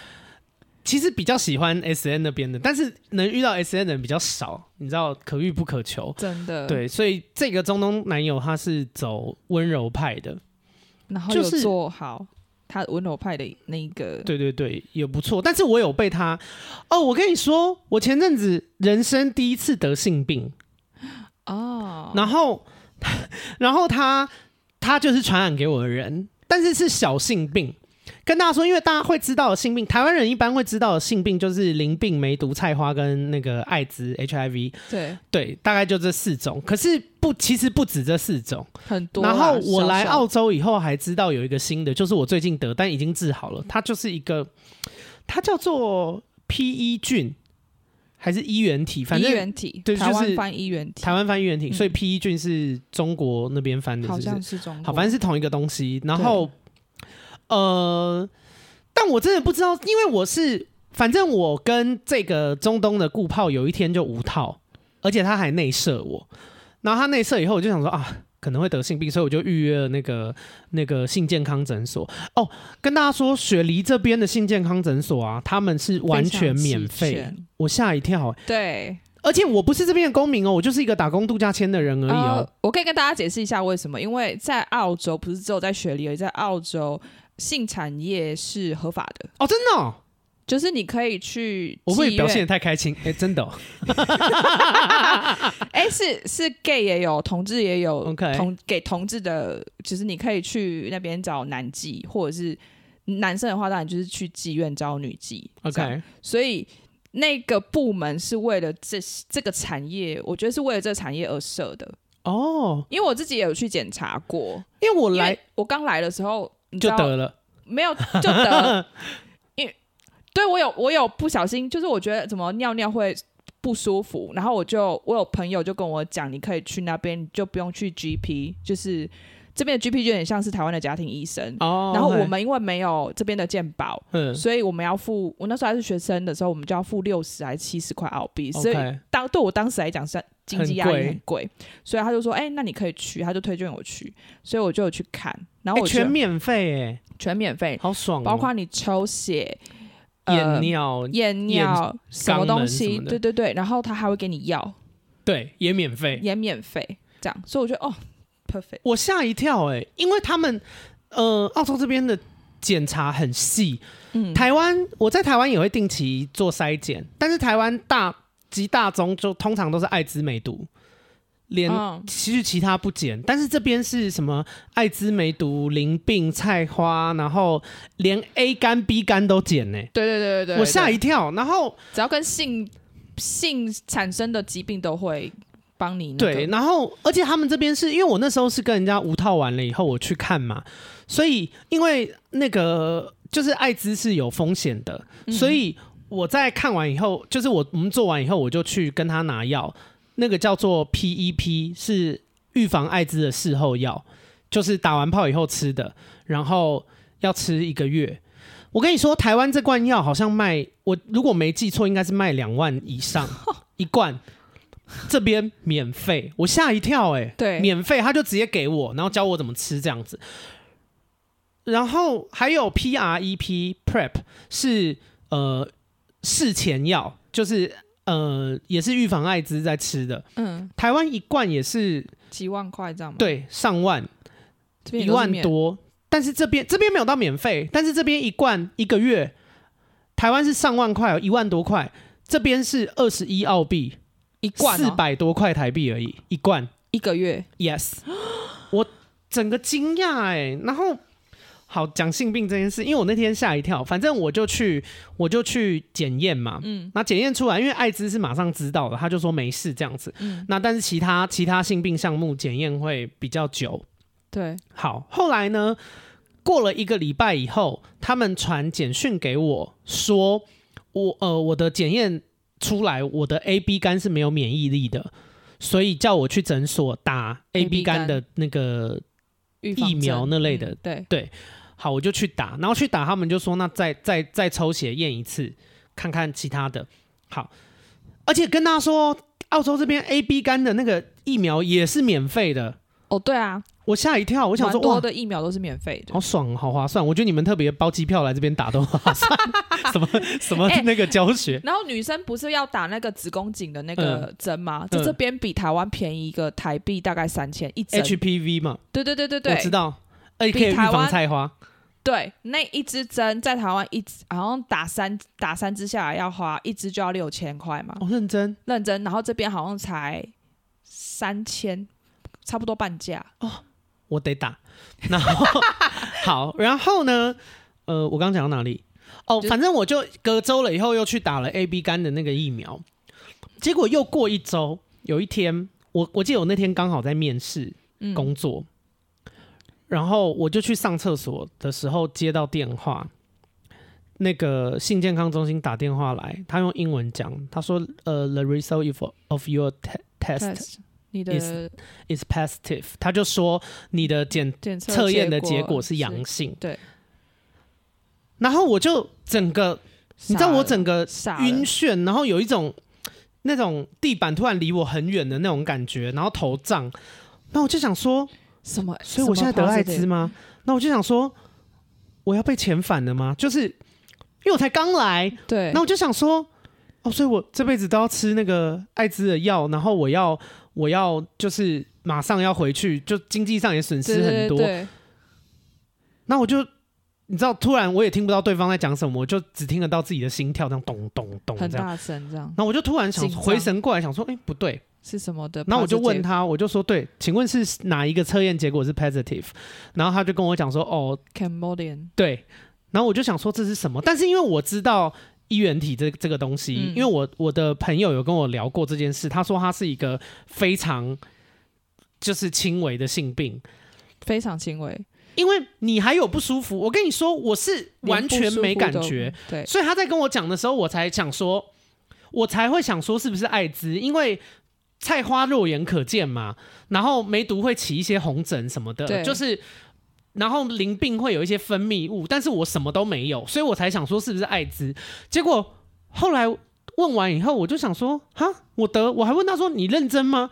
其实比较喜欢 S N 那边的，但是能遇到 S N 的人比较少，你知道可遇不可求。真的。对，所以这个中东男友他是走温柔派的，然后就有是做好他温柔派的那一个，对对对，也不错。但是我有被他，哦，我跟你说，我前阵子人生第一次得性病，哦，然后， [LAUGHS] 然后他他就是传染给我的人，但是是小性病。跟大家说，因为大家会知道的性病，台湾人一般会知道的性病就是淋病、梅毒、菜花跟那个艾滋 （HIV），对，对，大概就这四种。可是不，其实不止这四种。很多啦。然后我来小小澳洲以后还知道有一个新的，就是我最近得，但已经治嗯好了。它就是一个，它叫做 PE 菌还是衣原体，反衣正原体，对台就是湾翻衣原体，台湾翻衣原体，嗯所以 PE 菌是中国那边翻的，是好不像是？是中国，好，反正是同一个东西。然后，呃，但我真的不知道，因为我是，反正我跟这个中东的顾炮有一天就无套，而且他还内射我。然后他内射以后，我就想说啊，可能会得性病，所以我就预约了那个那个性健康诊所。哦，跟大家说，雪梨这边的性健康诊所啊，他们是完全免费非常齐。全我吓一跳、对。而且我不是这边的公民哦，我就是一个打工度假签的人而已哦。呃，我可以跟大家解释一下为什么，因为在澳洲不是只有在雪梨而已，在澳洲性产业是合法的，哦，真的、哦，就是你可以去我会妓表现的院太开心，哎、真的、哦。哎、是是 gay 也有，同志也有 OK 同给同志的，就是你可以去那边找男妓，或者是男生的话，当然就是去妓院找女妓。这样 OK，所以那个部门是为了这这个产业，我觉得是为了这个产业而设的。哦，因为我自己也有去检查过，因为我因为来我刚来的时候，你知就道得了，没有就 [LAUGHS] 得，因为对我有我有不小心，就是我觉得怎么尿尿会不舒服，然后我就我有朋友就跟我讲，你可以去那边，你就不用去 GP，就是这边的 GP 就有点像是台湾的家庭医生。哦，然后 OK 我们因为没有这边的健保，嗯所以我们要付。我那时候还是学生的时候，我们就要付六十还是七十块澳币，所以 OK 当对我当时来讲是经济压很力贵很贵，所以他就说：“哎、那你可以去。”他就推荐我去，所以我就有去看，然后哎我觉得全免费哎，全免费，好爽哦，包括你抽血、验呃、尿，验尿什肛么门东什西，么的对对对，然后他还会给你药，对，也免费，也免费，这样，所以我觉得哦，perfect，我吓一跳哎，因为他们呃澳洲这边的检查很细，嗯，台湾我在台湾也会定期做筛检，但是台湾大及大宗就通常都是艾滋梅毒，连嗯其实其他不减，但是这边是什么艾滋梅毒、淋病、菜花，然后连 A 肝、B 肝都减呢、对对对对对，我吓对一跳。然后只要跟性性产生的疾病都会帮你、那个对，然后而且他们这边是因为我那时候是跟人家无套完了以后我去看嘛，所以因为那个就是艾滋是有风险的，所以我在看完以后，就是我我们做完以后，我就去跟他拿药，那个叫做 PEP，是预防艾滋的事后药，就是打完炮以后吃的，然后要吃一个月。我跟你说，台湾这罐药好像卖，我如果没记错，应该是卖两万以上一罐，这边免费，我吓一跳哎、对免费他就直接给我，然后教我怎么吃这样子。然后还有 PREP PrEP 是呃事前药，就是呃也是预防艾滋在吃的。嗯台湾一罐也是几万块这样吗？，对上万这边也一都是万免，多，但是这边这边没有到免费，但是这边一罐一个月，台湾是上万块哦，一万多块，这边是二十一澳币，一罐、四哦、百多块台币而已，一罐。一个月， Yes，我 [GASPS] 整个惊讶哎，然后好讲性病这件事，因为我那天吓一跳，反正我就去我就去检验嘛，嗯，那检验出来，因为艾滋是马上知道的，他就说没事这样子，嗯那但是其他其他性病项目检验会比较久。对，好，后来呢，过了一个礼拜以后，他们传简讯给我说，我呃我的检验出来，我的 A B 肝是没有免疫力的。所以叫我去诊所打 A B AB 肝的那个预防疫苗针那类的嗯对，好，我就去打，然后去打，他们就说那再再再抽血验一次，看看其他的。好，而且跟大家说，澳洲这边 A B 肝的那个疫苗也是免费的，哦，对啊，我吓一跳，我想说蛮多哇。的疫苗都是免费的好。爽，好划算！我觉得你们特别包机票来这边打都划算， [LAUGHS] 什么什么哎那个教学，然后女生不是要打那个子宫颈的那个针吗？嗯就这边比台湾便宜一个台币大概三千一针。 HPV 嘛，对对对哎对我对，知道，而且可以预比台湾防菜花，对，那一支针在台湾一支好像打三打三支下来要花一支就要六千块嘛，哦，认真认真。然后这边好像才三千，差不多半价。我得打。然后好，然后呢，呃，我刚讲到哪里？哦，就反正我就隔周了以后又去打了 A B 肝的那个疫苗，结果又过一周，有一天，我我记得我那天刚好在面试嗯，工作，然后我就去上厕所的时候接到电话。那个性健康中心打电话来，他用英文讲，他说：“呃，the result of of your te- test test 你 is- 的 is positive，他就说你的检检测测验的结结果是阳性。对，然后我就整个，你知道我整个傻了晕眩，然后有一种那种地板突然离我很远的那种感觉，然后头胀。那我就想说，什么？所以我现在得艾滋吗？那我就想说，我要被遣返了吗？就是因为我才刚来，什么 positive？对，那我就想说，哦，所以我这辈子都要吃那个艾滋的药，然后我要我要就是马上要回去，就经济上也损失对很多。对对那我就你知道，突然我也听不到对方在讲什么，我就只听得到自己的心跳这样咚咚咚对很这样。大声这样那我就突然想紧张呃回神过来，想说，哎、不对。是什么的？那我就问他，他，我就说，对，请问是哪一个测验结果是 positive？然后他就跟我讲说，哦， Cambodian 对，然后我就想说这是什么？但是因为我知道衣原体这这个东西，嗯因为我我的朋友有跟我聊过这件事，他说它是一个非常就是轻微的性病，非常轻微，因为你还有不舒服。我跟你说，我是完全没感觉，连不舒服都。对，所以他在跟我讲的时候，我才想说，我才会想说是不是艾滋，因为。菜花肉眼可见嘛，然后梅毒会起一些红疹什么的，对就是，然后淋病会有一些分泌物，但是我什么都没有，所以我才想说是不是艾滋。结果后来问完以后，我就想说，哈，我得，我还问他说你认真吗？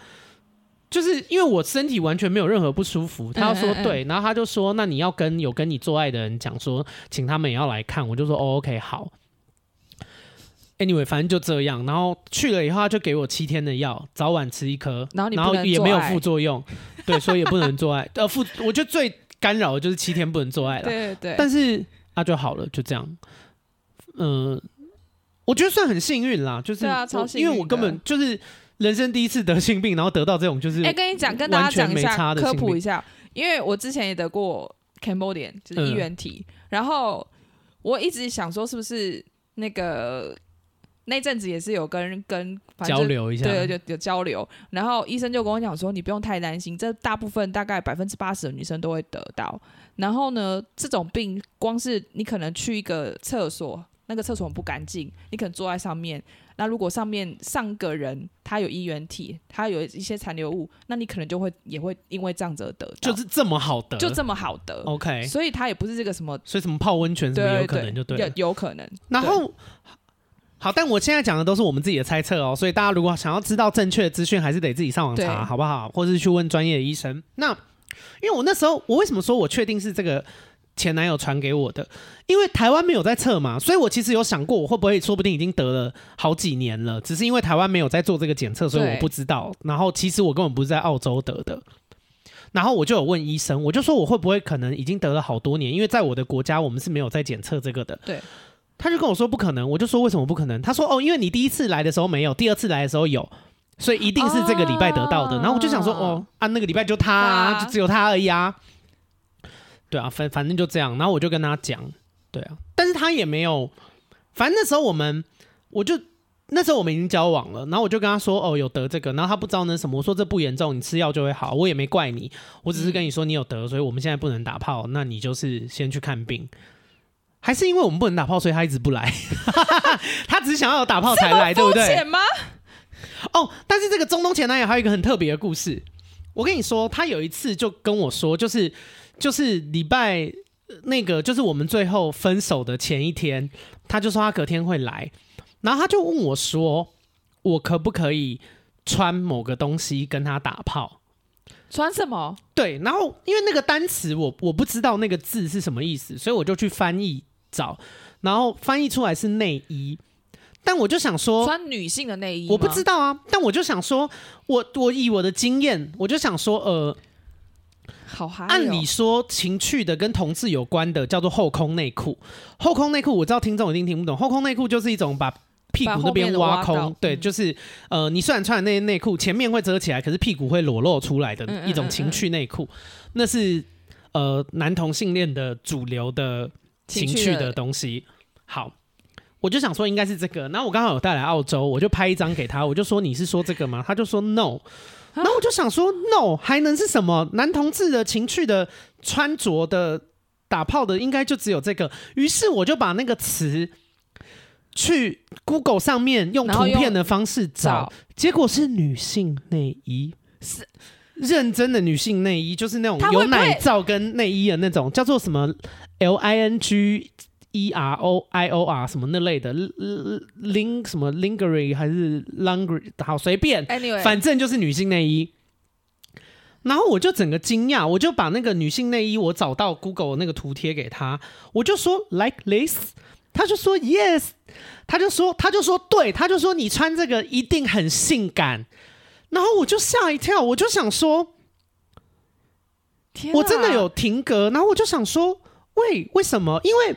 就是因为我身体完全没有任何不舒服，他说嗯嗯对，然后他就说那你要跟有跟你做爱的人讲说，请他们也要来看，我就说哦，OK 好。Anyway，反正就这样，然后去了以后，他就给我七天的药，早晚吃一颗，然后你不然后能也做没有爱副作用，对，所以也不能做 [LAUGHS] 爱。呃，副我觉得最干扰的就是七天不能做爱了，对对，但是啊就好了，就这样。嗯、我觉得算很幸运啦，就是对啊超我幸因为我运根的本就是人生第一次得性病，然后得到这种就是哎、跟你讲，跟大完全家讲一没差下，的科性普病一下，因为我之前也得过 Cambodian，就是嗯衣原体，然后我一直想说是不是那个那阵子也是有跟跟反正交。流一下，对，有有交流，然后医生就跟我讲说，你不用太担心，这大部分大概百分之八十的女生都会得到。然后呢，这种病光是你可能去一个厕所，那个厕所很不干净，你可能坐在上面，那如果上面上个人他有衣原体，他有一些残留物，那你可能就会也会因为这样子而得到，就是这么好得，就这么好得， OK。所以他也不是这个什么所以什么泡温泉什么对有可能就对对了有。有可能，然对后，好，但我现在讲的都是我们自己的猜测哦，所以大家如果想要知道正确的资讯，还是得自己上网对查，好不好？或是去问专业的医生。那因为我那时候，我为什么说我确定是这个前男友传给我的？因为台湾没有在测嘛，所以我其实有想过，我会不会说不定已经得了好几年了，只是因为台湾没有在做这个检测，所以对我不知道。然后其实我根本不是在澳洲得的。然后我就有问医生，我就说我会不会可能已经得了好多年，因为在我的国家我们是没有在检测这个的。对，他就跟我说不可能，我就说为什么不可能？他说哦，因为你第一次来的时候没有，第二次来的时候有，所以一定是这个礼拜得到的。哦然后我就想说哦啊，那个礼拜就他、啊，对啊就只有他而已啊。对啊，反反正就这样。然后我就跟他讲，对啊，但是他也没有，反正那时候我们我就。那时候我们已经交往了，然后我就跟他说：“哦，有得这个。”然后他不知道那是什么，我说：“这不严重，你吃药就会好。”我也没怪你，我只是跟你说你有得，所以我们现在不能打炮，那你就是先去看病。还是因 [LAUGHS] 哦为我们不能打炮，所以他一直不来。他只是想要有打炮才来，对不肤对？浅吗？哦，但是这个中东前男友还有一个很特别的故事。我跟你说，他有一次就跟我说，就是就是礼拜呃那个，就是我们最后分手的前一天，他就说他隔天会来，然后他就问我说，我可不可以穿某个东西跟他打炮？穿什么？对，然后因为那个单词我我不知道那个字是什么意思，所以我就去翻译找，然后翻译出来是内衣，但我就想说，穿女性的内衣吗？我不知道啊，但我就想说，我我以我的经验，我就想说，呃，好嗨、哦。按理说情趣的跟同志有关的叫做后空内裤。后空内裤我知道听众一定听不懂，后空内裤就是一种把屁股那边挖把后面的挖空到，对，嗯就是呃，你虽然穿的那些内裤前面会遮起来，可是屁股会裸露出来的嗯嗯一种情趣内裤，那是呃男同性恋的主流的情趣的东西。好，我就想说应该是这个。然后我刚好有带来澳洲，我就拍一张给他，我就说你是说这个吗？他就说 no。然后我就想说 no 还能是什么？男同志的情趣的穿着的打炮的应该就只有这个。于是我就把那个词。去 Google 上面用然图后用片的方式找找，结果是女性内衣，是认真的女性内衣，就是那种它会有不会奶罩跟内衣的那种，叫做什么 L I N G E R O I O R 什么那类的，ling 什么 lingerie 还是 longry，好随便， Anyway，反正就是女性内衣。然后我就整个惊讶，我就把那个女性内衣我找到 Google 那个图贴给他，我就说 like this，他就说 yes，他就说他就说对，他就说你穿这个一定很性感。然后我就吓一跳，我就想说，天啊我真的有停格，然后我就想说，喂，为什么？因为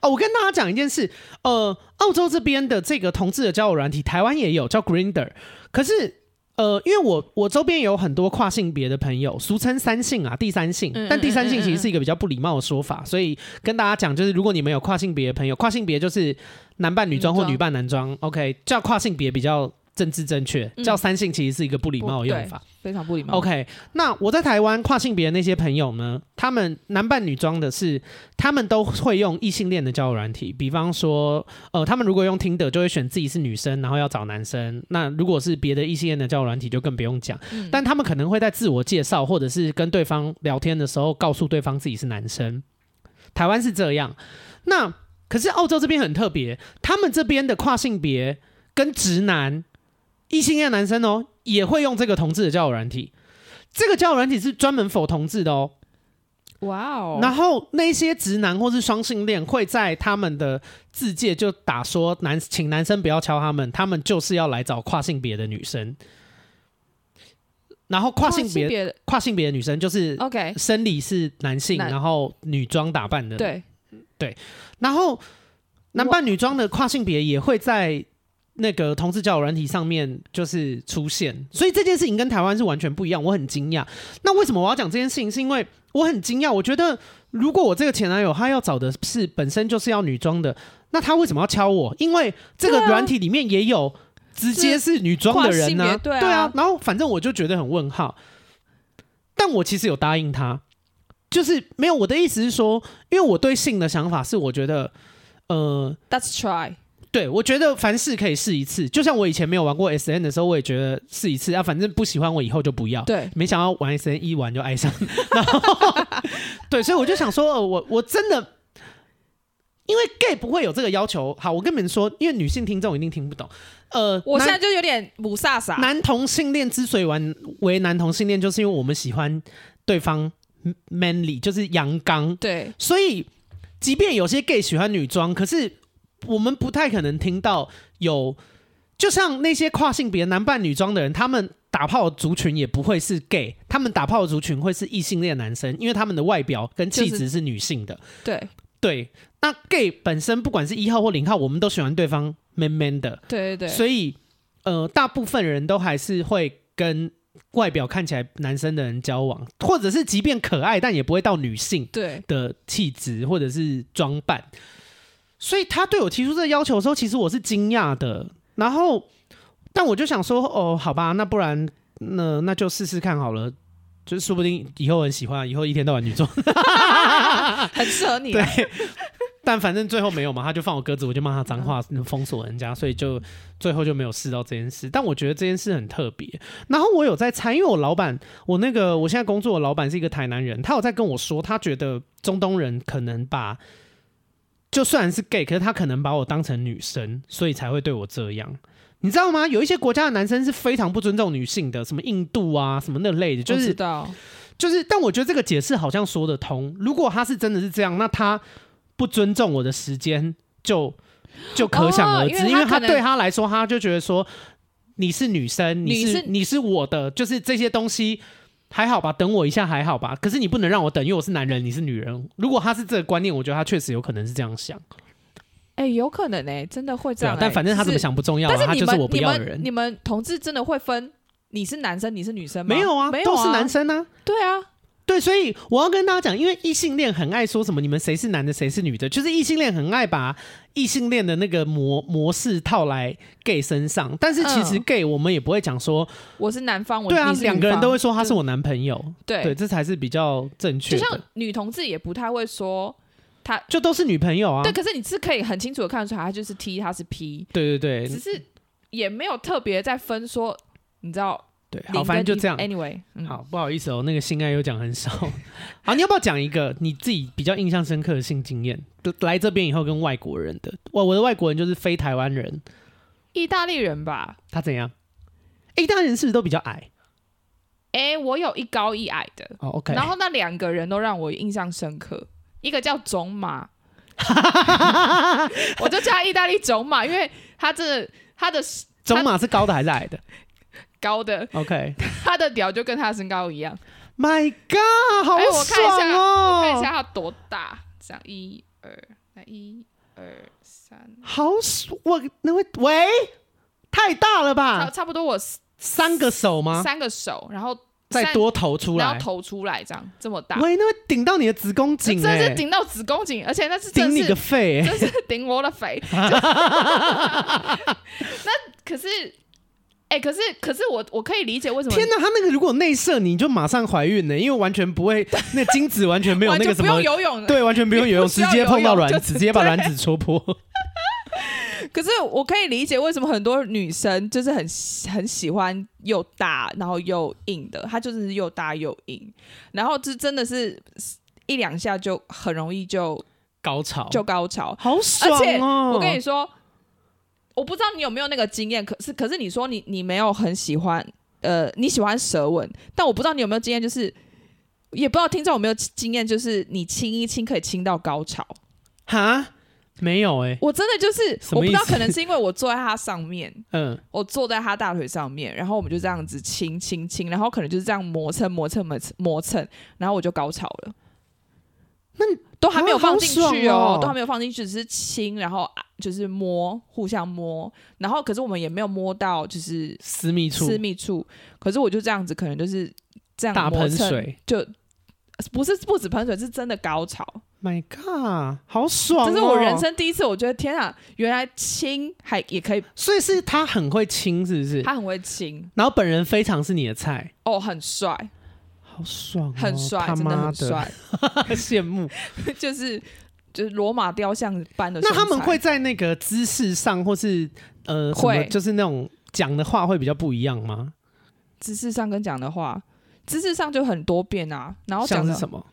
哦，我跟大家讲一件事，呃，澳洲这边的这个同志的交友软体，台湾也有叫 Grinder，可是呃，因为我我周边有很多跨性别的朋友，俗称三性啊，第三性嗯嗯，但第三性嗯嗯其实是一个比较不礼貌的说法，所以跟大家讲，就是如果你们有跨性别的朋友，跨性别就是男扮女装嗯女或装女扮男装，OK，叫跨性别比较政治正确，嗯叫三性其实是一个不礼貌的用不对法。非常不礼貌。 OK，那我在台湾跨性别的那些朋友呢，他们男扮女装的是，他们都会用异性恋的交友软体，比方说，呃，他们如果用听的，就会选自己是女生，然后要找男生；那如果是别的异性恋的交友软体，就更不用讲。嗯但他们可能会在自我介绍或者是跟对方聊天的时候，告诉对方自己是男生。台湾是这样，那可是澳洲这边很特别，他们这边的跨性别跟直男、异性恋男生哦，也会用这个同志的交友软体。这个交友软体是专门否同志的哦。哇哦，然后那些直男或是双性恋会在他们的字界就打说男，请男生不要敲他们，他们就是要来找跨性别的女生。然后跨性别别的哦跨性别的女呃生就是，OK，生理是男性，男然后女装打扮的，，对，然后男扮女装的跨性别也会在那个同志交友软体上面就是出现，所以这件事情跟台湾是完全不一样，我很惊讶。那为什么我要讲这件事情？是因为我很惊讶，我觉得如果我这个前男友他要找的是本身就是要女装的，那他为什么要敲我？因为这个对啊软体里面也有直接是女装的人呢、是跨性别对啊然后反正我就觉得很问号，但我其实有答应他，就是没有我的意思是说，因为我对性的想法是，我觉得，呃， Let's try。对，我觉得凡事可以试一次。就像我以前没有玩过 S N 的时候，我也觉得试一次啊，反正不喜欢我以后就不要。对，没想到玩 S N 一玩就爱上， [LAUGHS] 然后对，所以我就想说，呃、我我真的。因为 gay 不会有这个要求，好，我跟你们说，因为女性听众一定听不懂。呃，我男现在就有点母萨萨，男同性恋之所以玩为男同性恋，就是因为我们喜欢对方 manly，就是阳刚，对，所以，即便有些 gay 喜欢女装，可是我们不太可能听到有，就像那些跨性别男扮女装的人，他们打炮的族群也不会是 gay，他们打炮的族群会是异性恋男生，因为他们的外表跟气就质是女性的。对，对，那 gay 本身不管是一号或零号，我们都喜欢对方 man man 的，对对对，所以呃，大部分人都还是会跟。外表看起来男生的人交往，或者是即便可爱，但也不会到女性。对，的气质或者是装扮。所以他对我提出这个要求的时候，其实我是惊讶的。然后，但我就想说，哦，好吧，那不然那那就试试看好了，就说不定以后很喜欢，以后一天到晚女装。很适合你对啊，但反正最后没有嘛，他就放我鸽子，我就骂他脏话，封锁人家，所以就最后就没有试到这件事。但我觉得这件事很特别。然后我有在猜，因为我老板，我那个我现在工作的老板是一个台南人，他有在跟我说，他觉得中东人可能把，就算是 gay，可是他可能把我当成女生，所以才会对我这样。你知道吗？有一些国家的男生是非常不尊重女性的，什么印度啊，什么那类的，就我知是道，就是，但我觉得这个解释好像说得通。如果他是真的是这样，那他不尊重我的时间，就就可想而知，哦因为他因为他可能对他来说，他就觉得说你是女生，你是你是你是我的，就是这些东西还好吧，等我一下还好吧。可是你不能让我等，因为我是男人，你是女人。如果他是这个观念，我觉得他确实有可能是这样想，哎、有可能哎、真的会这对啊样、欸。。但反正他怎么是，想不重要、啊，但是他你就是们我不你要的们人。你们同志真的会分你是男生你是女生吗？没有啊，没有都啊，是男。生啊。对啊，对，所以我要跟大家讲，因为异性恋很爱说什么你们谁是男的，谁是女的，就是异性恋很爱把异性恋的那个模模式套来 gay 身上。但是其实嗯 gay 我们也不会讲说，我我是男方，我对啊你，是女两个人方都会说他是我男朋友，对对，这才是比较正确就的，像女同志也不太会说，就都是女朋友啊。对，可是你是可以很清楚的看得出来，他就是 T，他是 P，对对只对是也没有特别在分说，你知道？对，零好，反正跟就一这样。 Anyway，嗯，好，不好意思哦，那个性爱又讲很少。好，你要不要讲一个你自己比较印象深刻的性经验？来这边以后跟外国人的，我我的外国人就是非台湾人，意大利人吧？他怎样？意大利人是不是都比较矮？哎、我有一高一矮的，哦，OK、然后那两个人都让我印象深刻，一个叫 [LAUGHS] 种马，我就叫他意大利种马，因为他真的他的中马是高的还是矮 [LAUGHS] 的高的， ？OK，My、他的屌就跟他身高一样。 My God，好哎我看一下爽看一哦！下他多大，这样一二，来一二三，好爽，我那会喂，太大了差吧？差不多我三三个手吗？三个手，然后再三多头出然来后，头出来这样这么大，喂，那会顶到你的子宫颈真哎、是顶到子宫颈，而且那是真顶你是个肺、欸！[LAUGHS] 真是顶我的肺。就是那可是，哎、可是可是我我可以理解为什么天哪，他那个如果内射，你就马上怀孕呢、因为完全不 [LAUGHS] 会，那精子完全没有完那个全什不么用，游泳了。对，完全不用游泳，不需直要接碰到游泳卵就 [LAUGHS] 子，直接把卵子戳破。可是我可以理解为什么很多女生就是很喜很喜欢又大然后又硬的，她就是又大又硬，然后就真的是一两下就很容易就高潮，就高潮。好爽而且哦！我跟你说，我不知道你有没有那个经验，可是可是你说你你没有很喜欢，呃，你喜欢舌吻，但我不知道你有没有经验，就是也不知道听众有没有经验，就是你亲一亲可以亲到高潮。哈，没有哎、我真的就是什么我不意思知道，可能是因为我坐在他上面，嗯，我坐在他大腿上面，然后我们就这样子亲亲亲，然后可能就是这样磨蹭磨蹭磨蹭磨蹭，然后我就高潮了。那都还没有放进啊好去爽哦，哦都还没有放进去，只是亲，然后啊就是摸，互相摸，然后可是我们也没有摸到就是私密处私密处，可是我就这样子，可能就是这样大磨喷蹭，水就不是不止喷水，是真的高潮。 ，My God，好爽、哦！这是我人，生第一次，我觉得天啊，原来亲还也可以，所以是他很会亲，是不是？他很会亲然后本人非常是你的菜，哦，很帅，好爽、哦，很帅，他真的妈 [LAUGHS] 很的，帅。 [LAUGHS] 羡慕。就是就是罗马雕像般的身那材。他们会在那个姿势上，或是呃，什么会就是那种讲的话会比较不一样吗？姿势上跟讲的话，姿势上就很多变啊。然后像讲是的什么？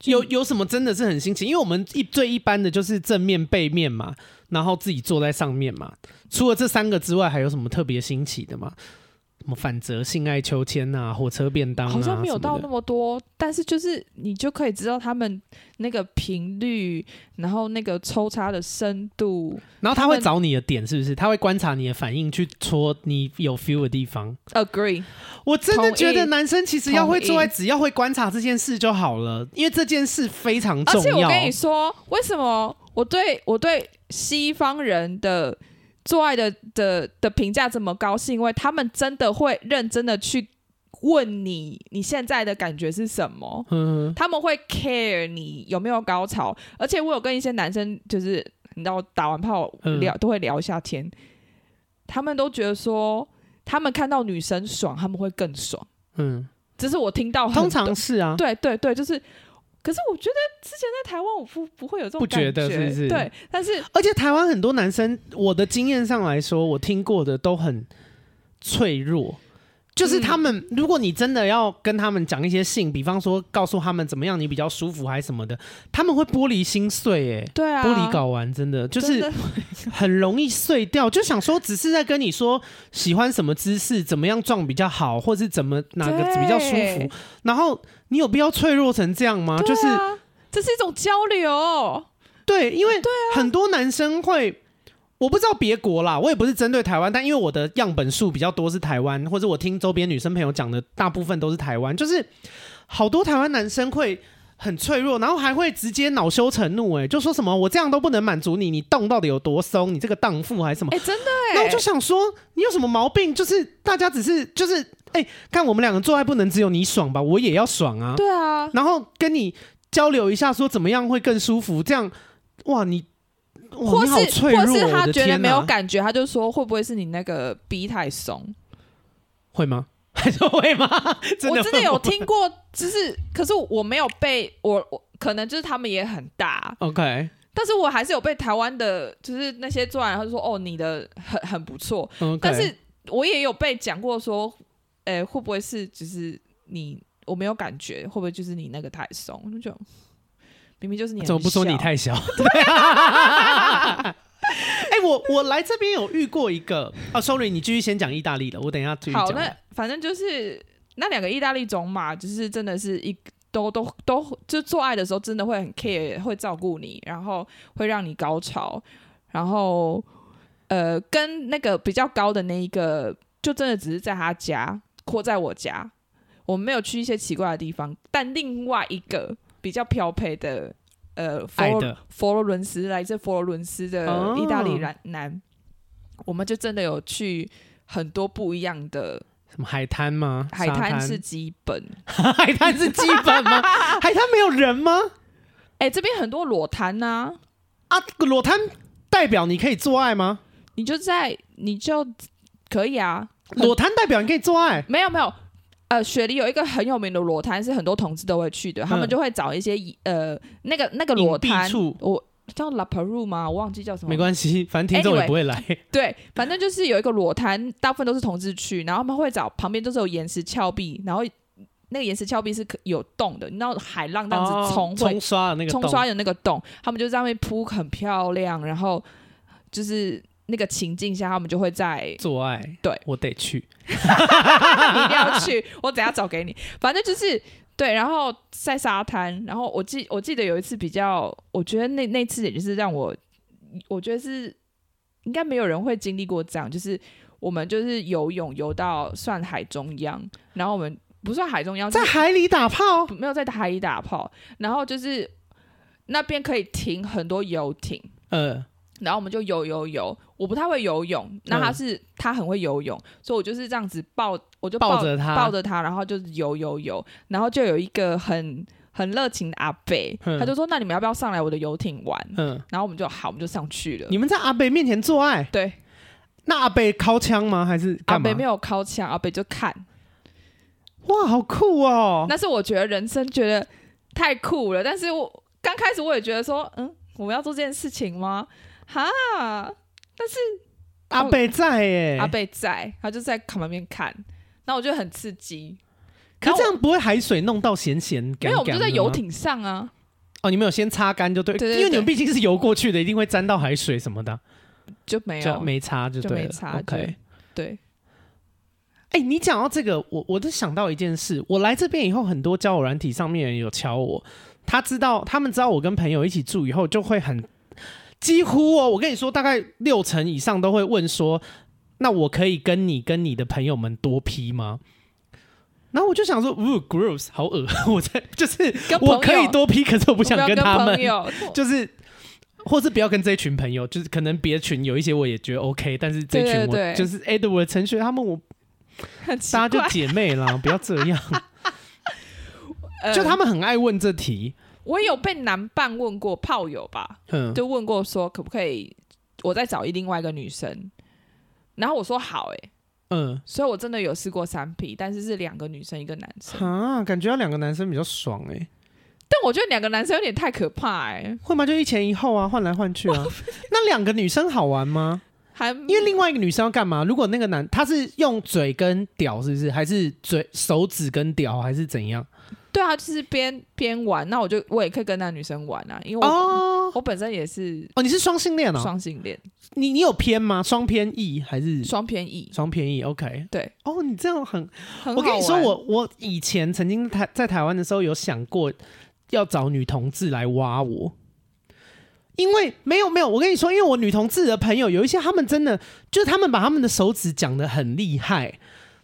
就有有什么真的是很新奇？因为我们一最一般的就是正面、背面嘛，然后自己坐在上面嘛。除了这三个之外，还有什么特别新奇的吗？什么反折、性爱秋千啊、火车便当啊，好像没有到什那么么多，但是就是你就可以知道他们那个频率，然后那个抽插的深度，的。然后他他会们找你的点，是不是？他会观察你的反应，去戳你有 feel 的地方。 agree，我真的同意觉得男生其实要会做爱，同只要会观察这件事就好了，因为这件事非常而重且我要。跟你说，为什么我对我对西方人的做爱的的的评价这么高，是因为他们真的会认真的去问你你现在的感觉是什么，嗯，他们会 care 你有没有高潮。而且我有跟一些男生，就是你知道打完炮嗯聊、都会聊一下天，他们都觉得说，他们看到女生爽，他们会更爽。嗯，这是我听到很通多常是啊，对对对，就是可是我觉得之前在台湾我不不会有这种不觉得感觉是不是对，但是而且台湾很多男生，我的经验上来说，我听过的都很脆弱。就是他们，嗯如果你真的要跟他们讲一些性，比方说告诉他们怎么样你比较舒服还是什么的，他们会玻璃心碎、欸，对啊，玻璃睾丸真的就真是的很容易碎掉。就想说，只是在跟你说喜欢什么姿势，怎么样撞比较好，或是怎么哪个对比较舒服，然后你有必要脆弱成这样吗？对就是啊这是一种交流，对，因为很多男生会，我不知道别国啦，我也不是针对台湾，但因为我的样本数比较多是台湾，或者我听周边女生朋友讲的大部分都是台湾，就是好多台湾男生会。很脆弱，然后还会直接恼羞成怒、哎，就说什么我这样都不能满足你，你洞到底有多松？你这个荡妇还是什么？哎，真的那我哎就，想说，你有什么毛病？就是大家只是就是，哎、看我们两个做爱不能只有你爽吧，我也要爽啊。对啊， [LAUGHS] 然后跟你交流一下，说怎么样会更舒服？这样，哇，你哇，或你好是脆弱，或是我他的觉天得没有哪感觉，他就说会不会是你那个逼太松？会吗？还是会 [LAUGHS] 吗？ [LAUGHS] 真的我真的会 [LAUGHS] 有吗听过，就是可是我没有被我我可能就是他们也很大， OK 但是我还是有被台湾的，就是那些做完然后就说哦你的很很不错， OK，但是我也有被讲过说，诶、会不会是就是你我没有感觉，会不会就是你那个太松？我就觉得明明就是你很怎么不说你小太 [LAUGHS] 小？ [LAUGHS] 对啊哎、我我来这边有遇过一个哦、s o r r y 你继续先讲意大利的，我等一下继续讲好，完。那反正就是那两个意大利种嘛，就是真的是一都都都就做爱的时候真的会很 care，会照顾你，然后会让你高潮，然后呃跟那个比较高的那一个，就真的只是在他家或在我家，我们没有去一些奇怪的地方。但另外一个比较漂配的呃佛爱罗的佛罗伦斯来自佛罗伦斯的哦意大利男男，我们就真的有去很多不一样的什么海滩吗？海沙滩是基本。 [LAUGHS] 海滩是基本 [LAUGHS] 吗？海滩没有人吗？哎、这边很多裸滩呐、啊，裸滩代表你可以做爱吗？你就在你就可以啊，裸滩代表你可以做爱没有没有。呃，雪梨有一个很有名的裸滩，是很多同志都会去的，他们嗯就会找一些呃那个那个裸隐蔽滩处，我叫 La p e r u 吗？我忘记叫什么，没关系，反正听众也 Anyway 不会来。对，反正就是有一个裸滩，大部分都是同志去，然后他们会找旁边都是有岩石峭壁，然后那个岩石峭壁是可有洞的，你知道海浪 [LAUGHS] 这样哦子冲会冲刷的那个冲洞刷有那个洞，他们就在上面铺很漂亮，然后就是那个情境下，他们就会在做爱，对我得去。 [LAUGHS] 你一定要去，我等下找给你。反正就是对，然后在沙滩，然后我记我记得有一次比较，我觉得那那次也就是让我，我觉得是应该没有人会经历过这样，就是我们就是游泳游到算海中央，然后我们不算海中央，在就是海里打炮，没有在海里打炮，然后就是那边可以停很多游艇。呃，然后我们就游游游，我不太会游泳，那嗯他是、他很会游泳，所以我就是这样子抱，我就抱着他抱着他，然后就是游游游，然后就有一个很很热情的阿贝，嗯他就说：“那你们要不要上来我的游艇玩嗯，？”然后我们就好，我们就上去了你。们在阿北面前做爱，对，那阿北掏枪吗？还是阿干嘛北没有靠墙，阿北就看。哇，好酷哦！但是我觉得人生觉得太酷了，但是我刚开始我也觉得说，嗯，我们要做这件事情吗？哈，阿北在耶阿，贝在，他就在旁边看，那我觉得很刺激。可这样不会海水弄到咸咸干干？没有，我们就在游艇上啊。哦，你们有先擦干就对，对对因为你们对毕竟是游过去的，一定会沾到海水什么的，就没就有没擦就就对没了擦 OK， [LAUGHS] 对，哎、你讲到这个，我我就想到一件事，我来这边以后，很多交友软体上面人有敲我，他知道他们知道我跟朋友一起住以后，就会很几乎哦，我跟你说，大概六成以上都会问说，那我可以跟你跟你的朋友们多批吗？然后我就想说，呜，gross，好恶， [LAUGHS] 我在就是跟朋友我可以多批，可是我不不想要跟他们朋，友， [LAUGHS] 就是。或是不要跟这一群朋友，就是可能别群有一些我也觉得 OK，但是这群我对对对就是 Edward 陈学他们我很奇大怪家就姐妹啦，不要这 [LAUGHS] 样。呃就他们很爱问这题，我也有被男伴问过炮友吧，嗯，就问过说可不可以我再找另外一个女生，然后我说好哎、欸嗯，所以我真 [LAUGHS] 的有试过三 P，但是是两个女生一个男生，啊，感觉要两个男生比较爽哎、但我觉得两个男生有点太可怕哎、会吗？就一前一后啊，换来换去啊。那两个女生好玩吗？还因为另外一个女生要干嘛？如果那个男他是用嘴跟屌，是不是？还是嘴、手指跟屌，还是怎样？对啊，就是边边玩，那我就我也可以跟那女生玩啊，因为我、哦我本身也是哦，你是双性恋哦？双性恋，你你有偏吗？双偏异还是双偏异，双偏异？OK。对，哦，你这样很……很我跟你好说，玩我我以前曾经台在台湾的时候有想过要找女同志来挖我。因为没有没有，我跟你说，因为我女同志的朋友有一些，他们真的就是他们把他们的手指讲的很厉害，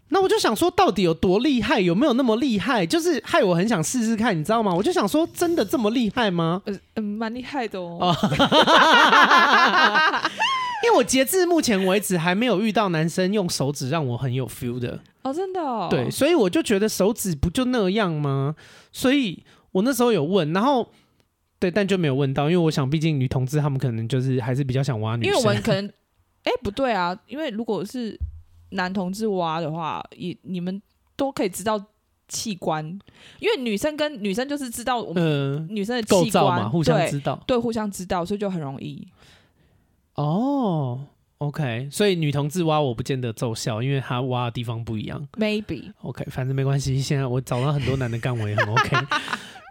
那我就想说，到底有多厉害？有没有那么厉害？就是害我很想试试看，你知道吗？我就想说，真的这么厉害吗？呃嗯蛮厉害的哦，因为我截至目前为止还没有遇到男生用手指让我很有 feel 的。哦真的哦，对，所以我就觉得手指不就那样吗？所以我那时候有问，然后对，但就没有问到，因为我想，毕竟女同志她们可能就是还是比较想挖女因生。为我们可能，哎、不对啊，因为如果是男同志挖的话，也你们都可以知道器官，因为女生跟女生就是知道我们嗯、女生的构器造官，嘛，互相对知道。对互相知道，所以就很容易。哦，OK，所以女同志挖我不见得奏效，因为她挖的地方不一样。 Maybe， OK，反正没关系。现在我找到很多男的干我也很 [LAUGHS] OK。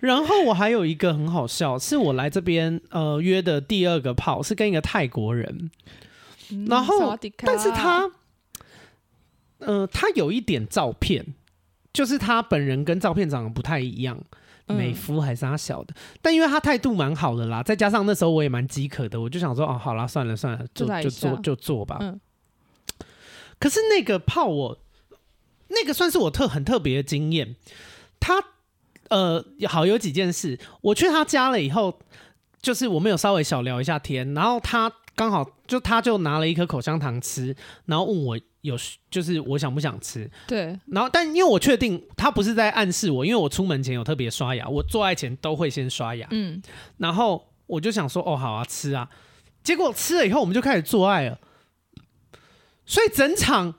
然后我还有一个很好笑，是我来这边呃约的第二个炮是跟一个泰国人，[LAUGHS] 嗯然后萨瓦迪卡但是他，呃，他有一点照片，就是他本人跟照片长得不太一样，嗯美肤还是他小的。但因为他态度蛮好的啦，再加上那时候我也蛮饥渴的，我就想说，哦，好啦，算了算了，就就来一就下做就做吧。嗯可是那个泡我，那个算是我特很特别的经验。他呃，好有几件事，我去他家了以后，就是我们有稍微小聊一下天，然后他刚好就他就拿了一颗口香糖吃，然后问我有就是我想不想吃，对然后但因为我确定他不是在暗示我，因为我出门前有特别刷牙，我做爱前都会先刷牙， [LAUGHS] 嗯然后我就想说，哦，好啊，吃啊。结果吃了以后，我们就开始做爱了。所以整场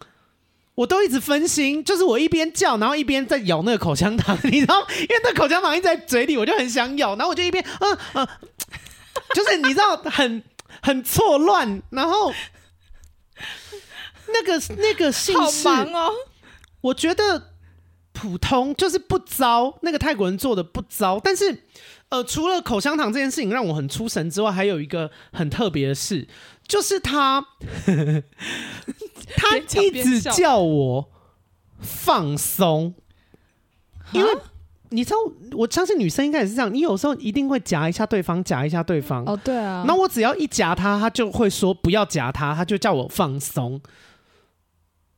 我都一直分心，就是我一边叫，然后一边在咬那个口香糖， [LAUGHS] 你知道，因为那口香糖一直在嘴里，我就很想咬，然后我就一边，嗯、嗯、就是你知道，很很错乱，然后那个那个姓好氏，忙哦，我觉得普通就是不糟，那个泰国人做的不糟，但是呃，除了口香糖这件事情让我很出神之外，还有一个很特别的事，就是他 [LAUGHS] 他边讲一边直笑叫我放松，因为你知道，我相信女生应该也是这样，你有时候一定会夹一下对方，夹一下对方，哦对啊，那我只要一夹他，他就会说不要夹他，他就叫我放松。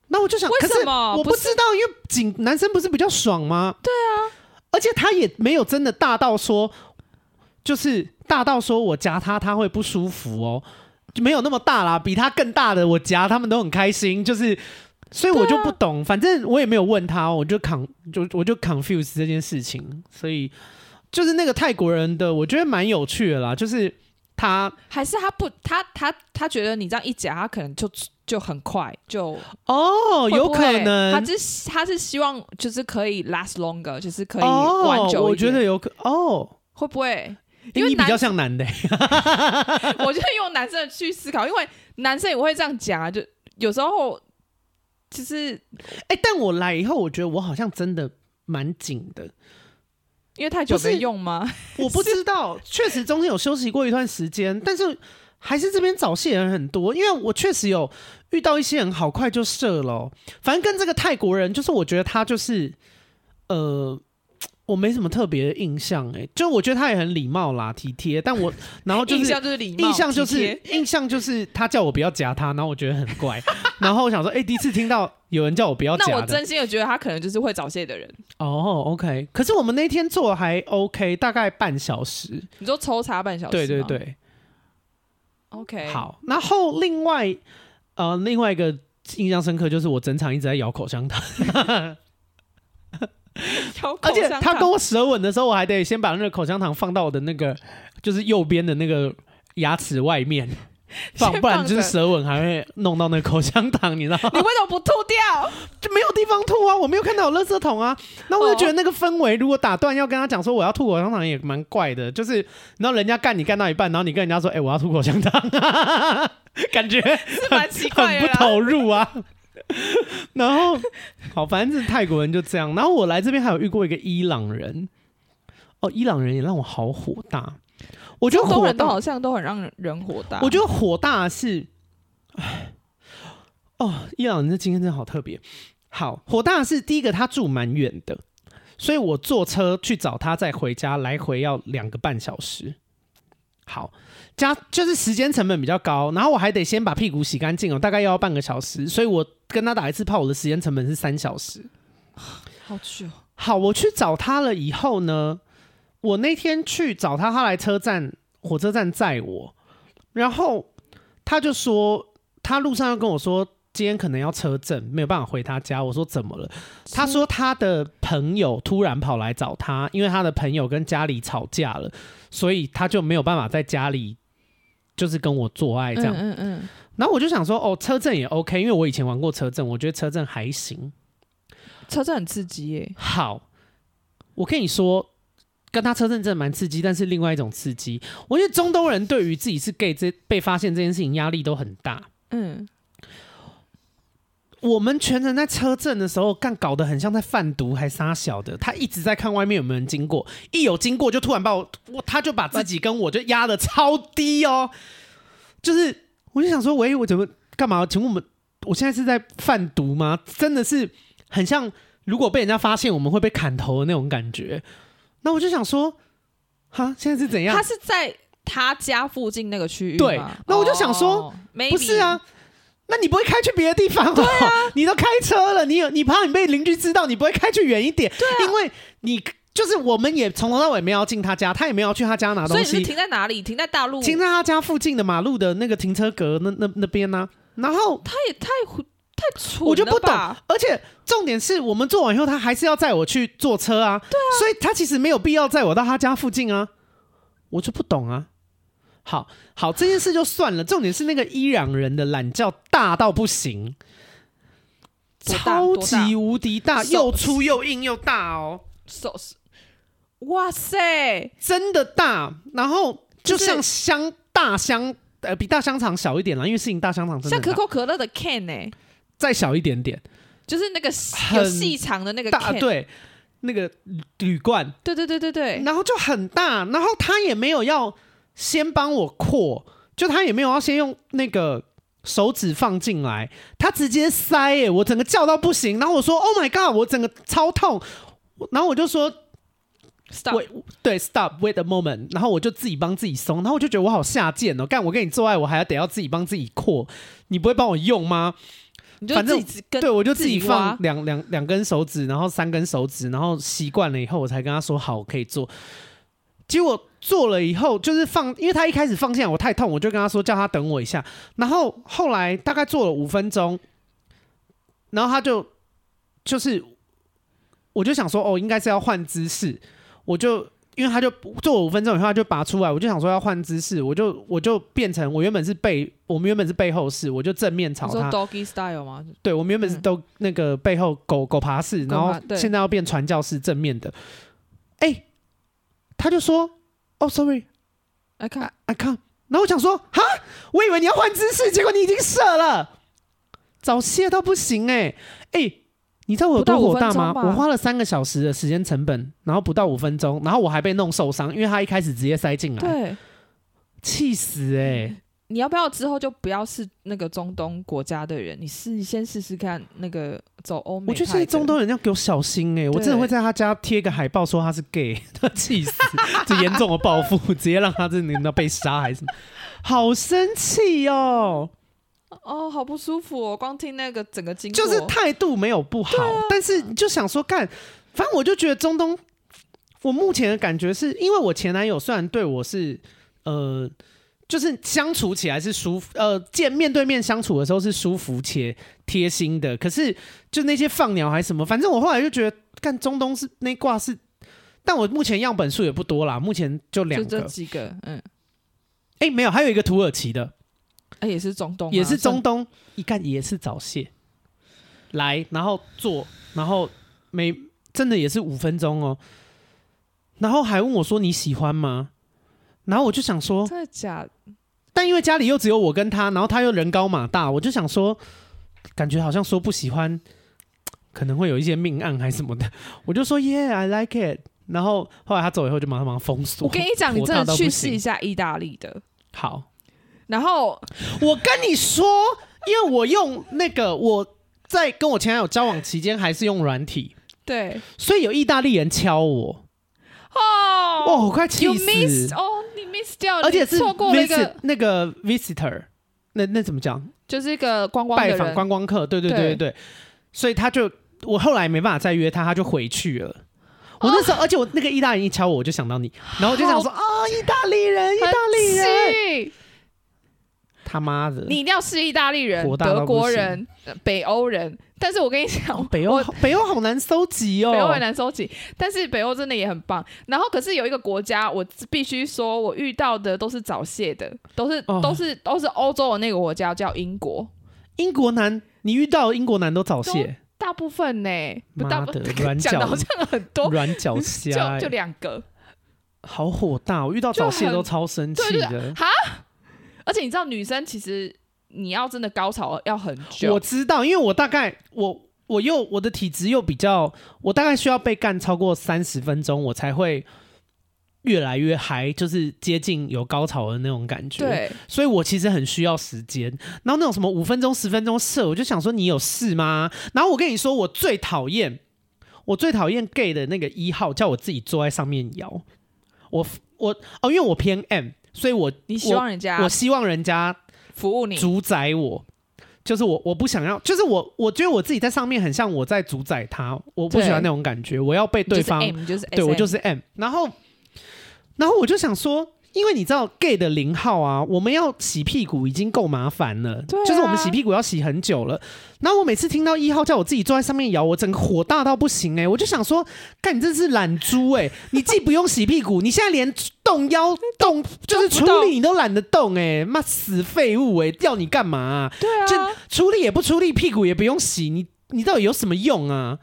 那我就想，为可是什么我哦不不知道，因为紧男生不是比较爽吗？对啊，而且他也没有真的大到说，就是大到说我夹他他会不舒服哦，就没有那么大啦，比他更大的我夹他们都很开心，就是。所以我就不懂，啊反正我也没有问他，我就 con 就我就 confuse 这件事情，所以就是那个泰国人的，我觉得蛮有趣的啦，就是他还是他不他他他觉得你这样一夹，他可能就就很快就哦，会有不可会能他是他是希望就是可以 last longer，就是可以玩哦，久我一觉点。得有可哦，会 [LAUGHS] 不会？因为你比男较像男的，我觉得用男生的去思考，因为男生也会这样讲啊，就有时候就是哎，但我来以后，我觉得我好像真的蛮紧的，因为太久不是没用吗？我不知道，确实中间有休息过一段时间，但是还是这边找戏的人很多，因为我确实有遇到一些人好快就射了哦、反正跟这个泰国人，就是我觉得他就是，呃，我没什么特别的印象、哎，就我觉得他也很礼貌啦、体贴，但 [LAUGHS] 我然后哦就是印象就是礼貌，印象就体是贴印象就是他叫我不要夹他，然后我觉得很怪， [LAUGHS] 然后我想说，哎、第一次听到有人叫我不要夹那我的。真心的觉得他可能就是会早泄的人。哦、o k 可是我们那天做还 OK，大概半小时。你说抽查半小时，对对。对， OK，，好。然后另外呃，另外一个印象深刻就是我整场一直在咬口香糖，有而且口香他糖跟我舌吻的时候，我还得先把那个口香糖放到我的那个就是右边的那个牙齿外面，放， [LAUGHS] 先不然就是放着舌吻还会弄到那口香糖，你知道吗？ [LAUGHS] 你为什么不吐掉？就没有地方吐啊，我没有看到有垃圾桶啊。那哦我就觉得那个氛围，如果打断要跟他讲说我要吐口香糖，也蛮怪的。就是，然后人家干你干到一半，然后你跟人家说，哎、我要吐口香糖、 [LAUGHS] 感觉是蛮奇很怪的不啦。投入 [LAUGHS] 啊。然后，好，反正是泰国人就这样。然后我来这边还有遇过一个伊朗人，哦，伊朗人也让我好火大。我觉得中东火人都大好像都很让人火大。我觉得火大的是，唉哦，伊朗人的今天真的好特别。好，火大的是第一个，他住蛮远的，所以我坐车去找他，再回家，来回要两个半小时。好，加就是时间成本比较高，然后我还得先把屁股洗干净哦，大概要半个小时，所以我跟他打一次炮，我的时间成本是三小时。好久，好，我去找他了以后呢，我那天去找他，他来车站火车站载我，然后他就说他路上要跟我说今天可能要车震，没有办法回他家。我说怎么了？他说他的朋友突然跑来找他，因为他的朋友跟家里吵架了，所以他就没有办法在家里就是跟我做爱这样。嗯嗯嗯，然后我就想说，哦，车震也 OK，因为我以前玩过车震，我觉得车震还行。车震很刺激耶。好，我跟你说，跟他车震真的蛮刺激，但是另外一种刺激，我觉得中东人对于自己是 gay 这被发现这件事情压力都很大。嗯，我们全程在车震的时候，干搞得很像在贩毒还杀小的，他一直在看外面有没有人经过，一有经过就突然把我，我他就把自己跟我就压的超低哦，就是我就想说，喂，我怎么干嘛？请问我们我现在是在贩毒吗？真的是很像，如果被人家发现，我们会被砍头的那种感觉。那我就想说，哈，现在是怎样他？是在他家附近那个区域吗。对那我就想说哦，maybe 不是啊，，那你不会开去别的地方、哦？对啊， [LAUGHS] 你都开车了，你有你怕你被邻居知道，你不会开去远一点？对、因为你就是我们也从头到尾没有要进他家，他也没有要去他家拿东所以你是西，停在哪里？停在大陆？停在他家附近的马路的那个停车格那那那边呢、然后，他也太胡太蠢了吧，我就不懂而且重点是我们做完以后，他还是要载我去坐车啊，对啊，所以他其实没有必要载我到他家附近啊，我就不懂啊。好好，这件事就算了，重点是那个伊朗人的懒觉大到不行。多大超级多大无敌大，手又粗又硬又大哦，手是，哇塞！真的大。然后就就是像香大香，呃，比大香肠小一点啦，因为事情大香肠真的像很大可口可乐的 can 哎、再小一点点，就是那个很有细长的那个大 can，对那个铝罐，对对对对对然后就很大，然后他也没有要先帮我扩，就他也没有要先用那个。手指放进来，他直接塞耶、我整个叫到不行。然后我说：“Oh my god！” 我整个超痛。然后我就说：“ ，stop，我对，stop wait a moment，然后我就自己帮自己松，然后我就觉得我好下贱哦，干我跟你做爱，我还要得要自己帮自己扩，你不会帮我用吗？你就反自正己跟对，我就自自己己放挖两两两根手指，然后三根手指，然后习惯了以后，我才跟他说好，我可以做。结果做了以后，就是放，因为他一开始放下我太痛，我就跟他说叫他等我一下，然后后来大概做了五分钟，然后他就就是，我就想说哦，应该是要换姿势，我就。因为他就做了五分钟以后，他就拔出来，我就想说要换姿势，我就我就变成我原本是背，我们原本是背后式，我就正面朝你他。说 doggy style 吗？对，我们原本是嗯都那个背后狗狗爬式，狗然后爬对现在要变传教士正面的。哎、他就说：“哦，sorry，I 来看， can't。”然后我想说：“哈，我以为你要换姿势，结果你已经射了，早泄到不行哎、哎、你知道我有不到多火五分大吗？钟吧我花了三个小时的时间成本，然后不到五分钟，然后我还被弄受伤，因为他一开始直接塞进来，对，气死哎、你要不要之后就不要是那个中东国家的人？你试你先试试看那个走欧美我派的，觉得现在中东人要给我小心哎、我真的会在他家贴一个海报说他是 gay，他 [LAUGHS] 气死，这严重的报复， [LAUGHS] 直接让他这领到被杀还是什么，好生气哦！哦，好不舒服哦，光听那个整个经过就是态度没有不好，但是你就想说干，反正我就觉得中东，我目前的感觉是因为我前男友虽然对我是呃。就是相处起来是舒服，呃，见面对面相处的时候是舒服且贴心的。可是就那些放鸟还是什么，反正我后来就觉得，干中东是那挂是，但我目前样本数也不多啦，目前就两就个这。几个，嗯，哎、没有，还有一个土耳其的，哎，也是中东啊，也是中东，一看也是早泄，来，然后做，然后每真的也是五分钟哦，然后还问我说你喜欢吗？然后我就想说算，真的假？但因为家里又只有我跟他，然后他又人高马大，我就想说，感觉好像说不喜欢，可能会有一些命案还是什么的，我就说 Yeah, I like it。然后后来他走以后就马上马上封锁。我跟你讲，你火真大的到去不试行一下意大利的，好，然后我跟你说，因为我用那个我在跟我前男友交往期间还是用软体，对所以有意大利人敲我，哦哇，我快 You 气 miss 死！哦，你 miss 掉，而且你是错过了一 visit 个，那个 visitor，那那怎么讲？就是一个观光拜的访人。观光客，对对对对对，所以他就我后来没办法再约他，他就回去了。我那时哦候，而且我那个意大利人一敲我，我就想到你，然后我就想说啊、意大利人，意大利人，人，他妈的，你一定要是意大利人火、大到德国不行哦人、呃北欧人。但是我跟你讲，北我欧好北欧好难搜集哦， [LAUGHS] 北欧很难收集，但是北欧真的也很棒。然后可是有一个国家，我必须说，我遇到的都是早泄的，都是、哦都是都是欧洲的那个国家叫英国，英国男，你遇到英国男都早泄，大部分呢、不大妈部的 [LAUGHS] 软讲的脚好像很多，软脚虾、就 [LAUGHS] 欸，就两个。好火大！我遇到就早泄很都超生气对就的。而且你知道，女生其实你要真的高潮要很久，我知道，因为我大概我我又我的体质又比较，我大概需要被干超过三十分钟，我才会越来越嗨，就是接近有高潮的那种感觉。，对，所以我其实很需要时间。然后那种什么五分钟、十分钟射，我就想说你有事吗？然后我跟你说，我最讨厌我最讨厌 gay 的那个一号，叫我自己坐在上面摇。我我哦，因为我偏 M，所以我你希望人家我希望人家服务你，主宰我，就是我我不想要，就是我我觉得我自己在上面很像我在主宰他，我不对喜欢那种感觉，我要被你对就是方， M，你就是 SM, 对我就是 M，然后然后我就想说。因为你知道 gay 的零号啊，我们要洗屁股已经够麻烦了，对啊就是我们洗屁股要洗很久了。然后我每次听到一号叫我自己坐在上面摇，我整个火大到不行哎、我就想说，干你真是懒猪哎、你既不用洗屁股，你现在连动 [LAUGHS] 腰动就是不处动理你都懒得动哎、妈死废物哎、要你干嘛啊、对啊，这出力也不出力，屁股也不用洗，你你到底有什么用啊？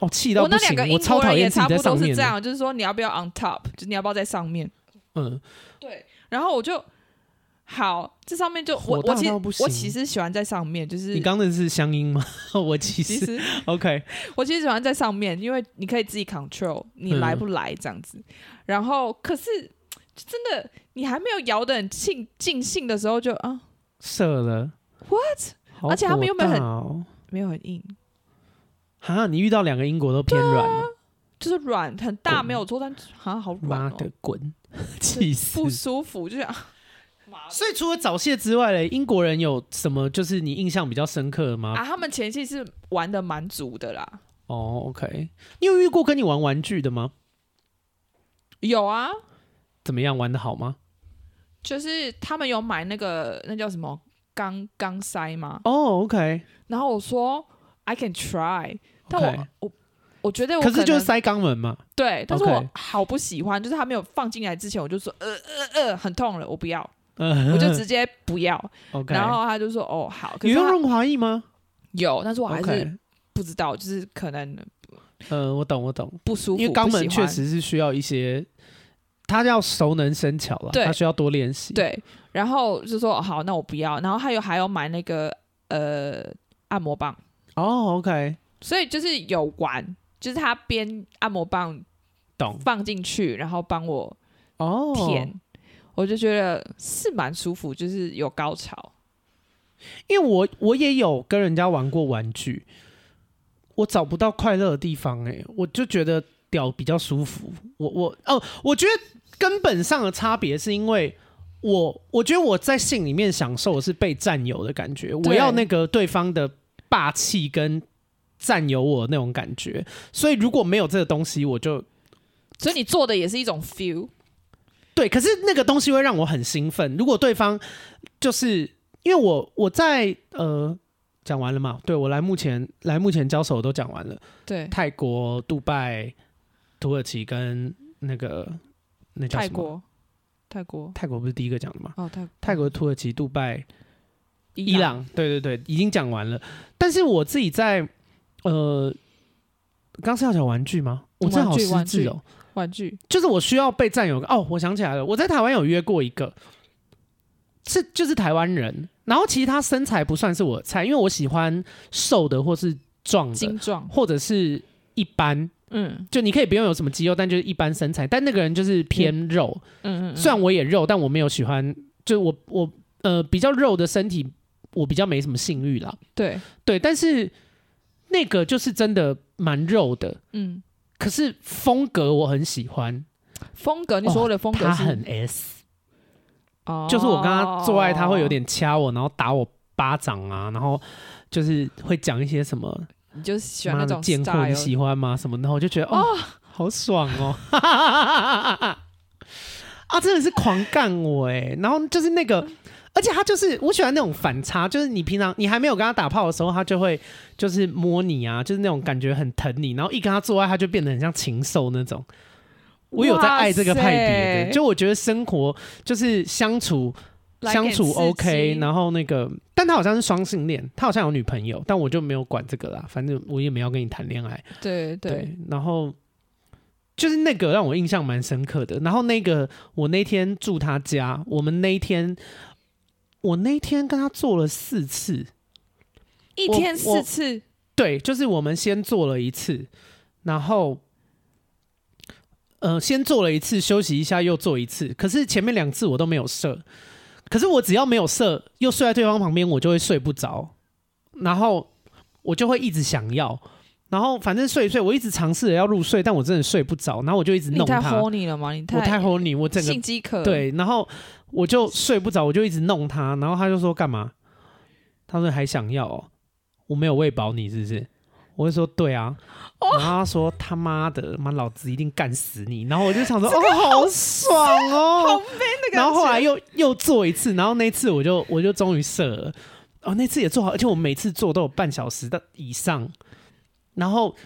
哦，气到我不那两行个！我英超国讨人也厌自己差在不上多面是的这。样，就是说你要不要 on top，就是你要不要在上面。嗯，对，然后我就好，这上面就火我大我其实到不我行其实喜欢在上面，就是你刚那是乡音吗？ [LAUGHS] 我其其实实 OK，我其实喜欢在上面，因为你可以自己 control 你嗯来不来这样子。然后可是就真的你还没有摇的很尽尽兴的时候就，啊射了 what？而且他们又没有很很没有很硬，哦哈，你遇到两个英国都偏软哦了，就是软很大滚没有做，但好像好软妈哦的， [LAUGHS] 滚，气死！不舒服，就是啊所以除了早泄之外嘞，英国人有什么就是你印象比较深刻的吗？啊，他们前期是玩的蛮足的啦。哦，OK，你有遇过跟你玩玩具的吗？有啊，怎么样，玩的好吗？就是他们有买那个那叫什么钢钢塞吗？哦，OK，然后我说 I can try，但我 OK 我我觉得我可是就是能塞肛门嘛。对，但是我 OK 好不喜欢，就是他没有放进来之前，我就说呃呃呃，很痛了，我不要，嗯，我就直接不要。 [LAUGHS] OK，然后他就说哦好，可有是用他润滑液吗有，但是我还是？OK，不知道，就是可能呃，我懂我懂，不舒服，因为肛不门喜确欢实是需要一些，他要熟能生巧了，对他需要多练习。，对。然后就说哦好，那我不要。然后还有还有买那个呃按摩棒。哦，OK，所以就是有玩，就是他边按摩棒懂放进去，然后帮我哦，舔，我就觉得是蛮舒服，就是有高潮。因为我我也有跟人家玩过玩具，我找不到快乐的地方、欸，哎，我就觉得屌比较舒服。我我哦，我觉得根本上的差别是因为我我觉得我在性里面享受的是被占有的感觉，我对要那个对方的霸气跟占有我那种感觉，所以如果没有这个东西，我就所以你做的也是一种 feel，对，可是那个东西会让我很兴奋。如果对方就是因为我我在呃讲完了嘛，对我来目前来目前交手都讲完了，对，泰国、杜拜、土耳其跟那个那叫泰什么？国，泰国，泰国不是第一个讲的吗？哦，泰泰国、土耳其、杜拜、伊朗，对对对，已经讲完了。但是我自己在呃，刚是要讲玩具吗？我真的好玩具失智哦。玩具，就是我需要被占有哦，我想起来了，我在台湾有约过一个，是就是台湾人，然后其实他身材不算是我的菜，因为我喜欢瘦的或是壮的，精壮，或者是一般，嗯就你可以不用有什么肌肉，但就是一般身材。但那个人就是偏肉，嗯嗯，虽然我也肉，但我没有喜欢，就我我呃比较肉的身体，我比较没什么性欲啦。对，对，但是那个就是真的蛮肉的，嗯，可是风格我很喜欢，风格，你所谓的风格他是，很 S。哦就是我跟他做爱，他会有，点掐我，然后打我巴掌啊，然后就是会讲一些什么你就喜欢妈那的种贱货，你 style，喜欢吗？什么的，然后我就觉得哦，好爽哦， [LAUGHS] 啊，真的是狂干我哎、然后就是那个，而且他就是我喜欢那种反差，就是你平常你还没有跟他打炮的时候，他就会就是摸你啊，就是那种感觉很疼你，然后一跟他做爱，他就变得很像禽兽那种。我有在爱这个派别哇塞的，就我觉得生活就是相处来相点处刺 OK，激然后那个，但他好像是双性恋，他好像有女朋友，但我就没有管这个啦，反正我也没要跟你谈恋爱。对对，然后就是那个让我印象蛮深刻的。然后那个我那天住他家，我们那一天我那一天跟他做了四次，一我天我四次，对，就是我们先做了一次，然后。呃，先做了一次，休息一下，又做一次。可是前面两次我都没有射，可是我只要没有射，又睡在对方旁边，我就会睡不着，然后我就会一直想要，然后反正睡一睡，我一直尝试着要入睡，但我真的睡不着，然后我就一直你弄太他， horny 了吗？你我太 horny，我整个性饥渴，，对，然后我就睡不着，我就一直弄他，然后他就说干嘛？他说还想要、哦，我没有喂饱你是不是？我就说对啊，哦然后他说他妈的，妈老子一定干死你！然后我就想说，哦，好爽好哦。那个，然后后来又又做一次，然后那次我就我就终于射了，哦，那次也做好，而且我每次做都有半小时的以上，然后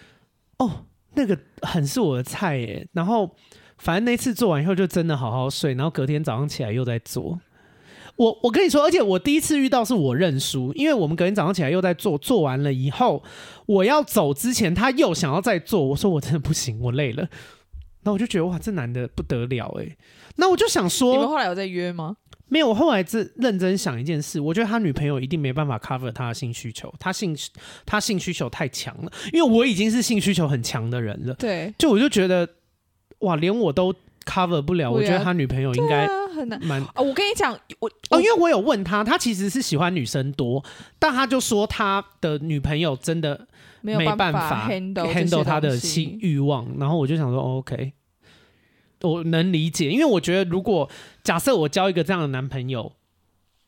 哦，那个很是我的菜耶。然后反正那次做完以后就真的好好睡，然后隔天早上起来又在做。我我跟你说，而且我第一次遇到是我认输，因为我们隔天早上起来又在做，做完了以后我要走之前他又想要再做，我说我真的不行，我累了。然后我就觉得哇，这男的不得了哎。那我就想说，你们后来有在约吗？没有，我后来真认真想一件事，我觉得他女朋友一定没办法 cover 他的性需求，他性他性需求太强了，因为我已经是性需求很强的人了，对，就我就觉得哇，连我都 cover 不了，不了我觉得他女朋友应该啊对啊很难。蛮。啊，我跟你讲，我哦，因为我有问他，他其实是喜欢女生多，但他就说他的女朋友真的没有办法 handle 这些 handle 他的东性西，欲望，然后我就想说、哦 OK，我能理解，因为我觉得如果假设我交一个这样的男朋友，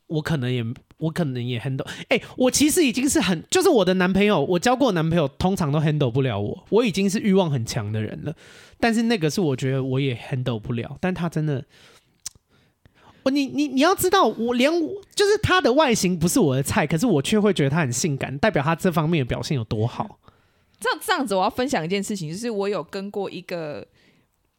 我可能也我可能也 handle，哎、我其实已经是很就是我的男朋友，我交过的男朋友通常都 handle 不了我，我已经是欲望很强的人了，但是那个是我觉得我也 handle 不了，但他真的。我你你你要知道，我连我就是他的外形不是我的菜，可是我却会觉得他很性感，代表他这方面的表现有多好。这样这样子，我要分享一件事情，就是我有跟过一个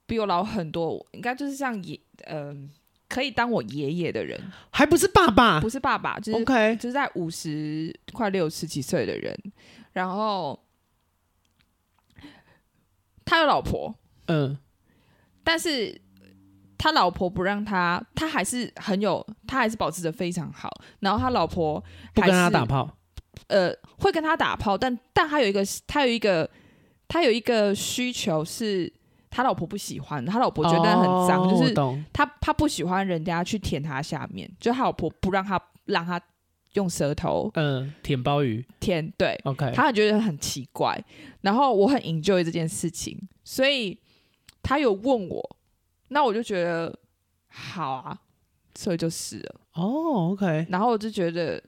比我老很多，应该就是像爷，嗯、可以当我爷爷的人，还不是爸爸不是爸爸，就是啊 OK，就是在五十快六十几岁的人，然后他有老婆，嗯，但是他老婆不让他，他还是很有，他还是保持的非常好，然后他老婆不跟还他是打炮，呃会跟他打炮，但但他有一个他有一个他有一个需求是他老婆不喜欢，他老婆觉得很脏，哦就我是懂他他不喜欢人家去舔他下面，就他老婆不让他让他用舌头嗯，舔鲍鱼舔，对，OK，他觉得很奇怪。然后我很 enjoy 这件事情，所以他有问我，那我就觉得好啊，所以就是了。哦，OK，然后我就觉得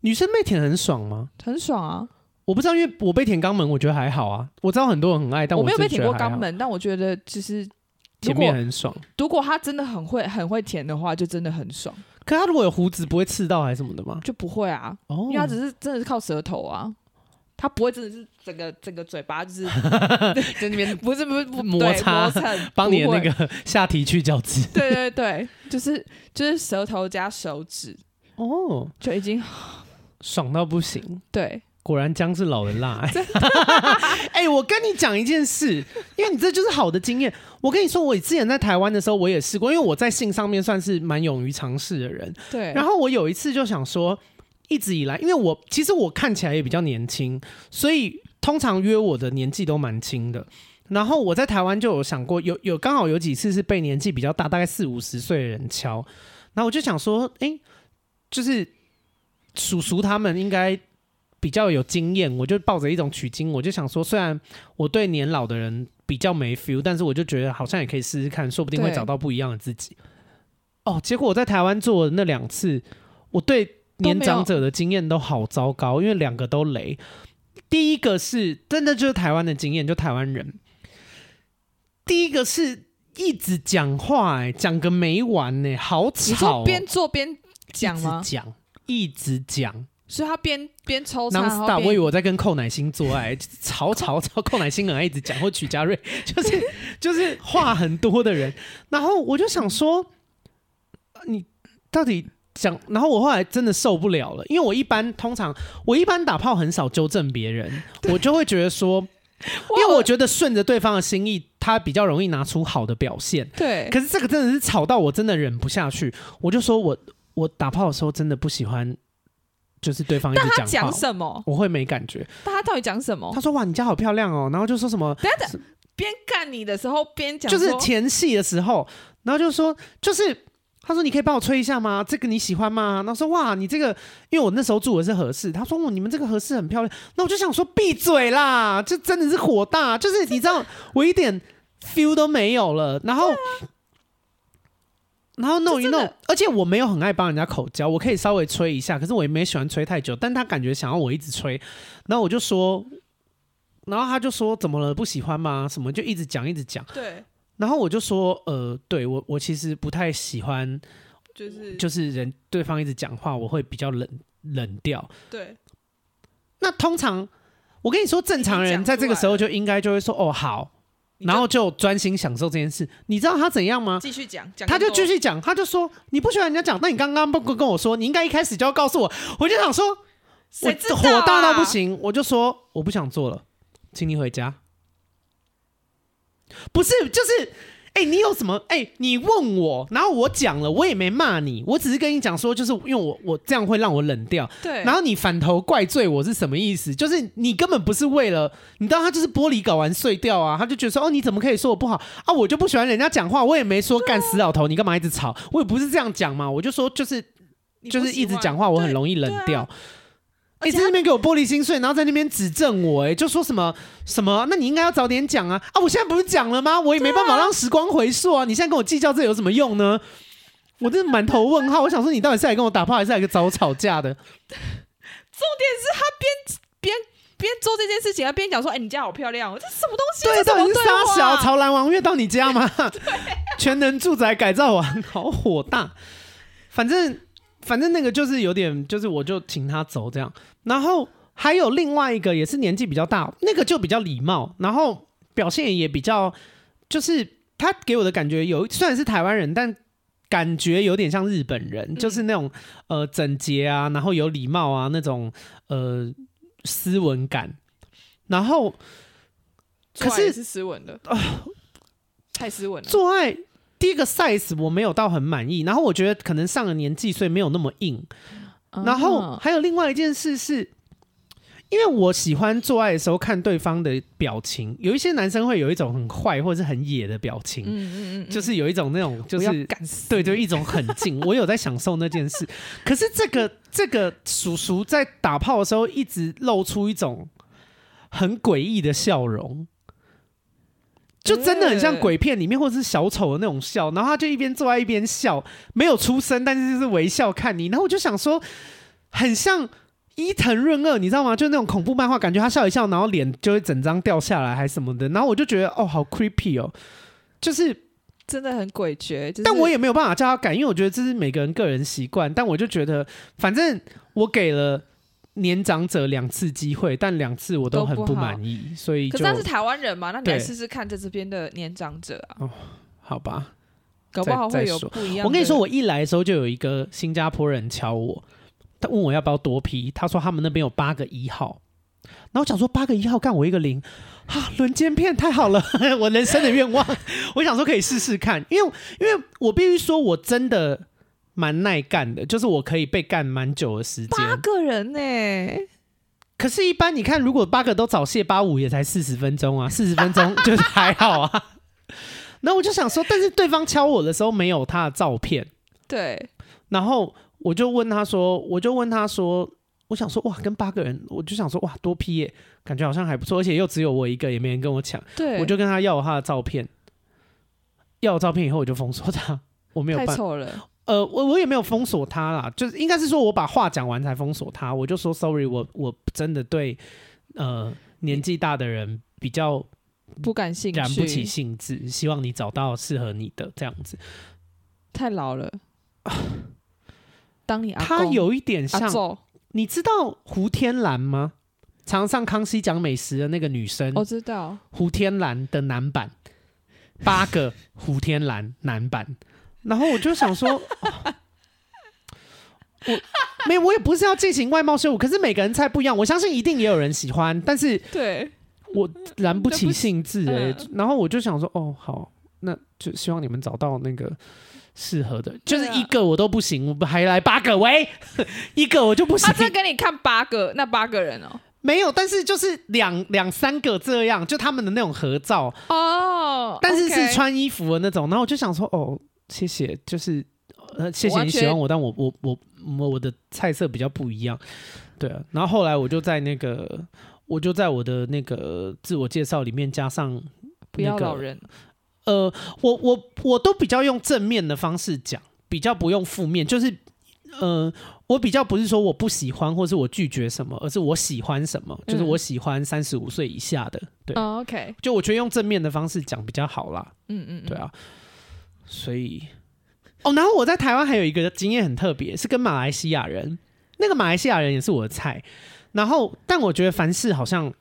女生被舔很爽吗？很爽啊，我不知道，因为我被舔肛门，我觉得还好啊。我知道很多人很爱，但我没有自被己舔觉得过还肛好，门，但我觉得就是如前果面很爽。如果他真的很会很会舔的话，就真的很爽，可他如果有胡子，不会刺到还是什么的吗？就不会啊，哦因为，他只是真的是靠舌头啊，他不会真的是整个整个嘴巴就是 [LAUGHS] 在那边不是不是不摩对擦摩蹭，帮你的不那 [LAUGHS] 会个下体去角质。对对对，就是就是舌头加手指，哦，就已经爽到不行。对果然姜是老人 [LAUGHS] 辣、欸，哎、我跟你讲一件事，因为你这就是好的经验。我跟你说，我之前在台湾的时候，我也试过，因为我在性上面算是蛮勇于尝试的人。对，然后我有一次就想说，一直以来，因为我其实我看起来也比较年轻，所以通常约我的年纪都蛮轻的。然后我在台湾就有想过，有有刚好有几次是被年纪比较大，大概四五十岁的人敲，然后我就想说，哎，就是叔叔他们应该比较有经验，我就抱着一种取经，我就想说，虽然我对年老的人比较没 feel，但是我就觉得好像也可以试试看，说不定会对找到不一样的自己。哦，结果我在台湾做的那两次，我对年长者的经验都好糟糕，因为两个都雷。第一个是真的就是台湾的经验，就台湾人。第一个是一直讲话、哎，讲个没完呢、哎好你吵、说哦。边做边讲吗一？直讲，一直讲。所以他边边抽插， non 然后 stop，边我以为我在跟寇乃馨做爱，就是吵吵吵，寇乃馨很爱一直讲，或曲家瑞， [LAUGHS] 就是就是话很多的人。然后我就想说，呃你到底讲？然后我后来真的受不了了，因为我一般通常我一般打炮很少纠正别人，我就会觉得 [LAUGHS] 说，因为我觉得顺着对方的心意，他比较容易拿出好的表现。对可是这个真的是吵到我真的忍不下去，我就说我我打炮的时候真的不喜欢，就是对方一直他讲讲话，哦什么？哦我会没感觉。但他到底讲什么他？说哇，你家好漂亮哦，然后就说什么等一下等一下，边干你的时候边讲就说，是前戏的时候，然后就说就是。他说：“你可以帮我吹一下吗？这个你喜欢吗？”然后说：“哇，你这个，因为我那时候住的是合适。”他说：“哦哇，你们这个合适很漂亮。”那我就想说：“闭嘴啦！”这真的是火大，就是你知道，我一点 feel 都没有了。然后，然后弄一啊这真弄的，而且我没有很爱帮人家口交，我可以稍微吹一下，可是我也没喜欢吹太久。但他感觉想要我一直吹，然后我就说，然后他就说：“怎么了？不喜欢吗？什么？”就一直讲，一直讲。对，然后我就说，呃，对我我其实不太喜欢，就是就是人对方一直讲话，我会比较冷冷掉。对那通常我跟你说，正常已经人讲在这个出来时候了就应该就会说，哦好，你就然后就专心享受这件事。你知道他怎样吗？继续讲讲他更多，就继续讲，他就说你不喜欢人家讲，那你刚刚不跟我说，你应该一开始就要告诉我。我就想说，我谁知道啊火大到不，行，我就说我不想做了，请你回家。不是，就是，哎、你有什么？哎、你问我，然后我讲了，我也没骂你，我只是跟你讲说，就是因为我我这样会让我冷掉，对，然后你反头怪罪我是什么意思？就是你根本不是为了，你知道他就是玻璃搞完碎掉啊，他就觉得说，哦，你怎么可以说我不好啊？我就不喜欢人家讲话，我也没说干死老头，你干嘛一直吵？我也不是这样讲嘛，我就说就是你不就是一直喜欢讲话，我很对容易冷对啊掉。而你、且在那边给我玻璃心碎，然后在那边指正我、哎，就说什么什么，那你应该要早点讲啊！啊，我现在不是讲了吗？我也没办法让时光回溯啊！你现在跟我计较这有什么用呢？我真的满头问号，我想说你到底是来跟我打炮，还是来找我吵架的？边做这件事情，他边讲说：“哎、你家好漂亮哦，这什么东西？对，这到什底么是对沙话小啊？朝蓝王月到你家 [LAUGHS] 吗？ [LAUGHS] 全能住宅改造完，好火大！反正反正那个就是有点，就是我就请他走这样。然后还有另外一个也是年纪比较大，那个就比较礼貌，然后表现也比较，就是他给我的感觉有虽然是台湾人，但。感觉有点像日本嗯人，就是那种呃整洁啊，然后有礼貌啊那种呃斯文感。然后可做爱也是啊是斯文的，太斯文了。做爱第一个 size 我没有到很满意，然后我觉得可能上了年纪，所以没有那么硬。然后啊还有另外一件事是，因为我喜欢做爱的时候看对方的表情，有一些男生会有一种很坏或者是很野的表情，嗯嗯嗯嗯，就是有一种那种就我要是干死对，你就一种很 [LAUGHS] 近，我有在享受那件事。可是这个这个叔叔在打炮的时候，一直露出一种很诡异的笑容，就真的很像鬼片里面或者是小丑的那种笑。然后他就一边做爱一边笑，没有出声，但是就是微笑看你。然后我就想说，很像。伊藤润二，你知道吗？就是那种恐怖漫画，感觉他笑一笑，然后脸就会整张掉下来，还什么的。然后我就觉得，哦，好 creepy 哦，就是真的很诡谲。就是但我也没有办法叫他改，因为我觉得这是每个人个人习惯。但我就觉得，反正我给了年长者两次机会，但两次我都很都不不好满意，所以可就是他是台湾人嘛，那你来对试试看在这边的年长者啊。好吧。搞不好再会再有说不一样的。我跟你说，我一来的时候就有一个新加坡人敲我，他问我要不要多批，他说他们那边有八个一号，然后我想说八个一号干我一个零啊，轮奸片太好了， [LAUGHS] 我人生的愿望，我想说可以试试看，因为因为我必须说我真的蛮耐干的，就是我可以被干蛮久的时间。八个人呢、可是，一般你看，如果八个都早泄八五，也才四十分钟啊，四十分 [LAUGHS] 钟就是还好啊。然后我就想说，但是对方敲我的时候没有他的照片。对，然后我就问他说，我就问他说，我想说哇，跟八个人，我就想说哇，多批耶，感觉好像还不错，而且又只有我一个，也没人跟我抢，对，我就跟他要了他的照片，要了照片以后我就封锁他，我没有太办，丑了。呃，我我也没有封锁他啦，就是应该是说我把话讲完才封锁他，我就说 sorry，我我真的对呃年纪大的人比较不感兴趣，燃不起兴致，希望你找到适合你的这样子。太老了。当你阿他公有一点阿像祖你知道胡天蓝吗？常上康熙讲美食的那个女生，我知道，胡天蓝的男版，八个胡天蓝男版。然后我就想说， [LAUGHS] 哦我没有，我也不是要进行外貌羞辱，可是每个人菜不一样，我相信一定也有人喜欢，但是对，我燃不起兴致哎、嗯然后我就想说，哦，好，那就希望你们找到那个适合的，就是对啊一个我都不行，我还来八个，喂， [LAUGHS] 一个我就不行他。真的给你看八个，那八个人哦，没有，但是就是两两三个这样，就他们的那种合照，哦，但是 OK 是穿衣服的那种。然后我就想说，哦，谢谢，就是呃，谢谢完你全喜欢我，但我我我我我的菜色比较不一样，对啊。然后后来我就在那个，我就在我的那个自我介绍里面加上不要那个老人，呃，我我我都比较用正面的方式讲，比较不用负面，就是呃，我比较不是说我不喜欢或是我拒绝什么，而是我喜欢什么，就是嗯我喜欢三十五岁以下的，对，哦，OK，就我觉得用正面的方式讲比较好啦，嗯嗯，嗯对，啊，所以哦，然后我在台湾还有一个经验很特别，是跟马来西亚人，那个马来西亚人也是我的菜，然后但我觉得凡事好像，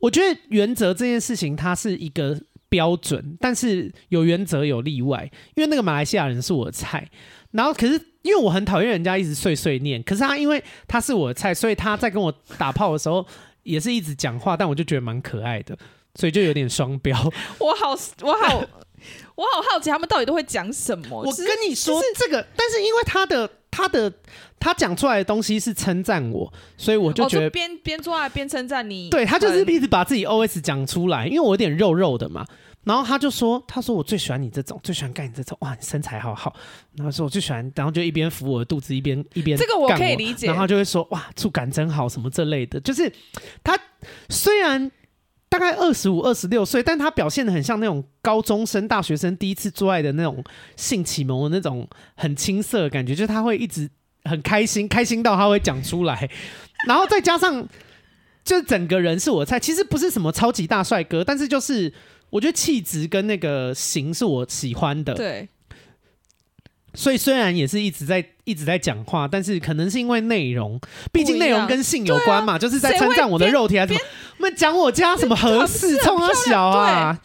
我觉得原则这件事情它是一个标准，但是有原则有例外，因为那个马来西亚人是我的菜，然后可是。因为我很讨厌人家一直碎碎念，可是他因为他是我的菜，所以他在跟我打炮的时候也是一直讲话，但我就觉得蛮可爱的，所以就有点双标。我好，我 [LAUGHS] 好，我好好奇他们到底都会讲什么。我哦就是跟你说这个，但是因为他的他的他讲出来的东西是称赞我，所以我就哦觉得，边边做爱边称赞你，对他就是很一直把自己 OS 讲出来，因为我有点肉肉的嘛。然后他就说：“他说我最喜欢你这种，最喜欢干你这种，哇，你身材好好。”然后说我最喜欢，然后就一边扶我的肚子，一边一边这个我干可以理解，然后就会说哇，触感真好什么这类的，就是他虽然大概二十五、二十六岁，但他表现的很像那种高中生、大学生第一次做爱的那种性启蒙的那种很青涩的感觉，就是他会一直很开心，开心到他会讲出来，然后再加上就是整个人是我的菜，其实不是什么超级大帅哥，但是就是我觉得气质跟那个型是我喜欢的，对，所以虽然也是一直在一直在讲话，但是可能是因为内容，毕竟内容跟性有关嘛，就是在称赞我的肉体还是什么。我们讲我家什么合适，冲他小啊，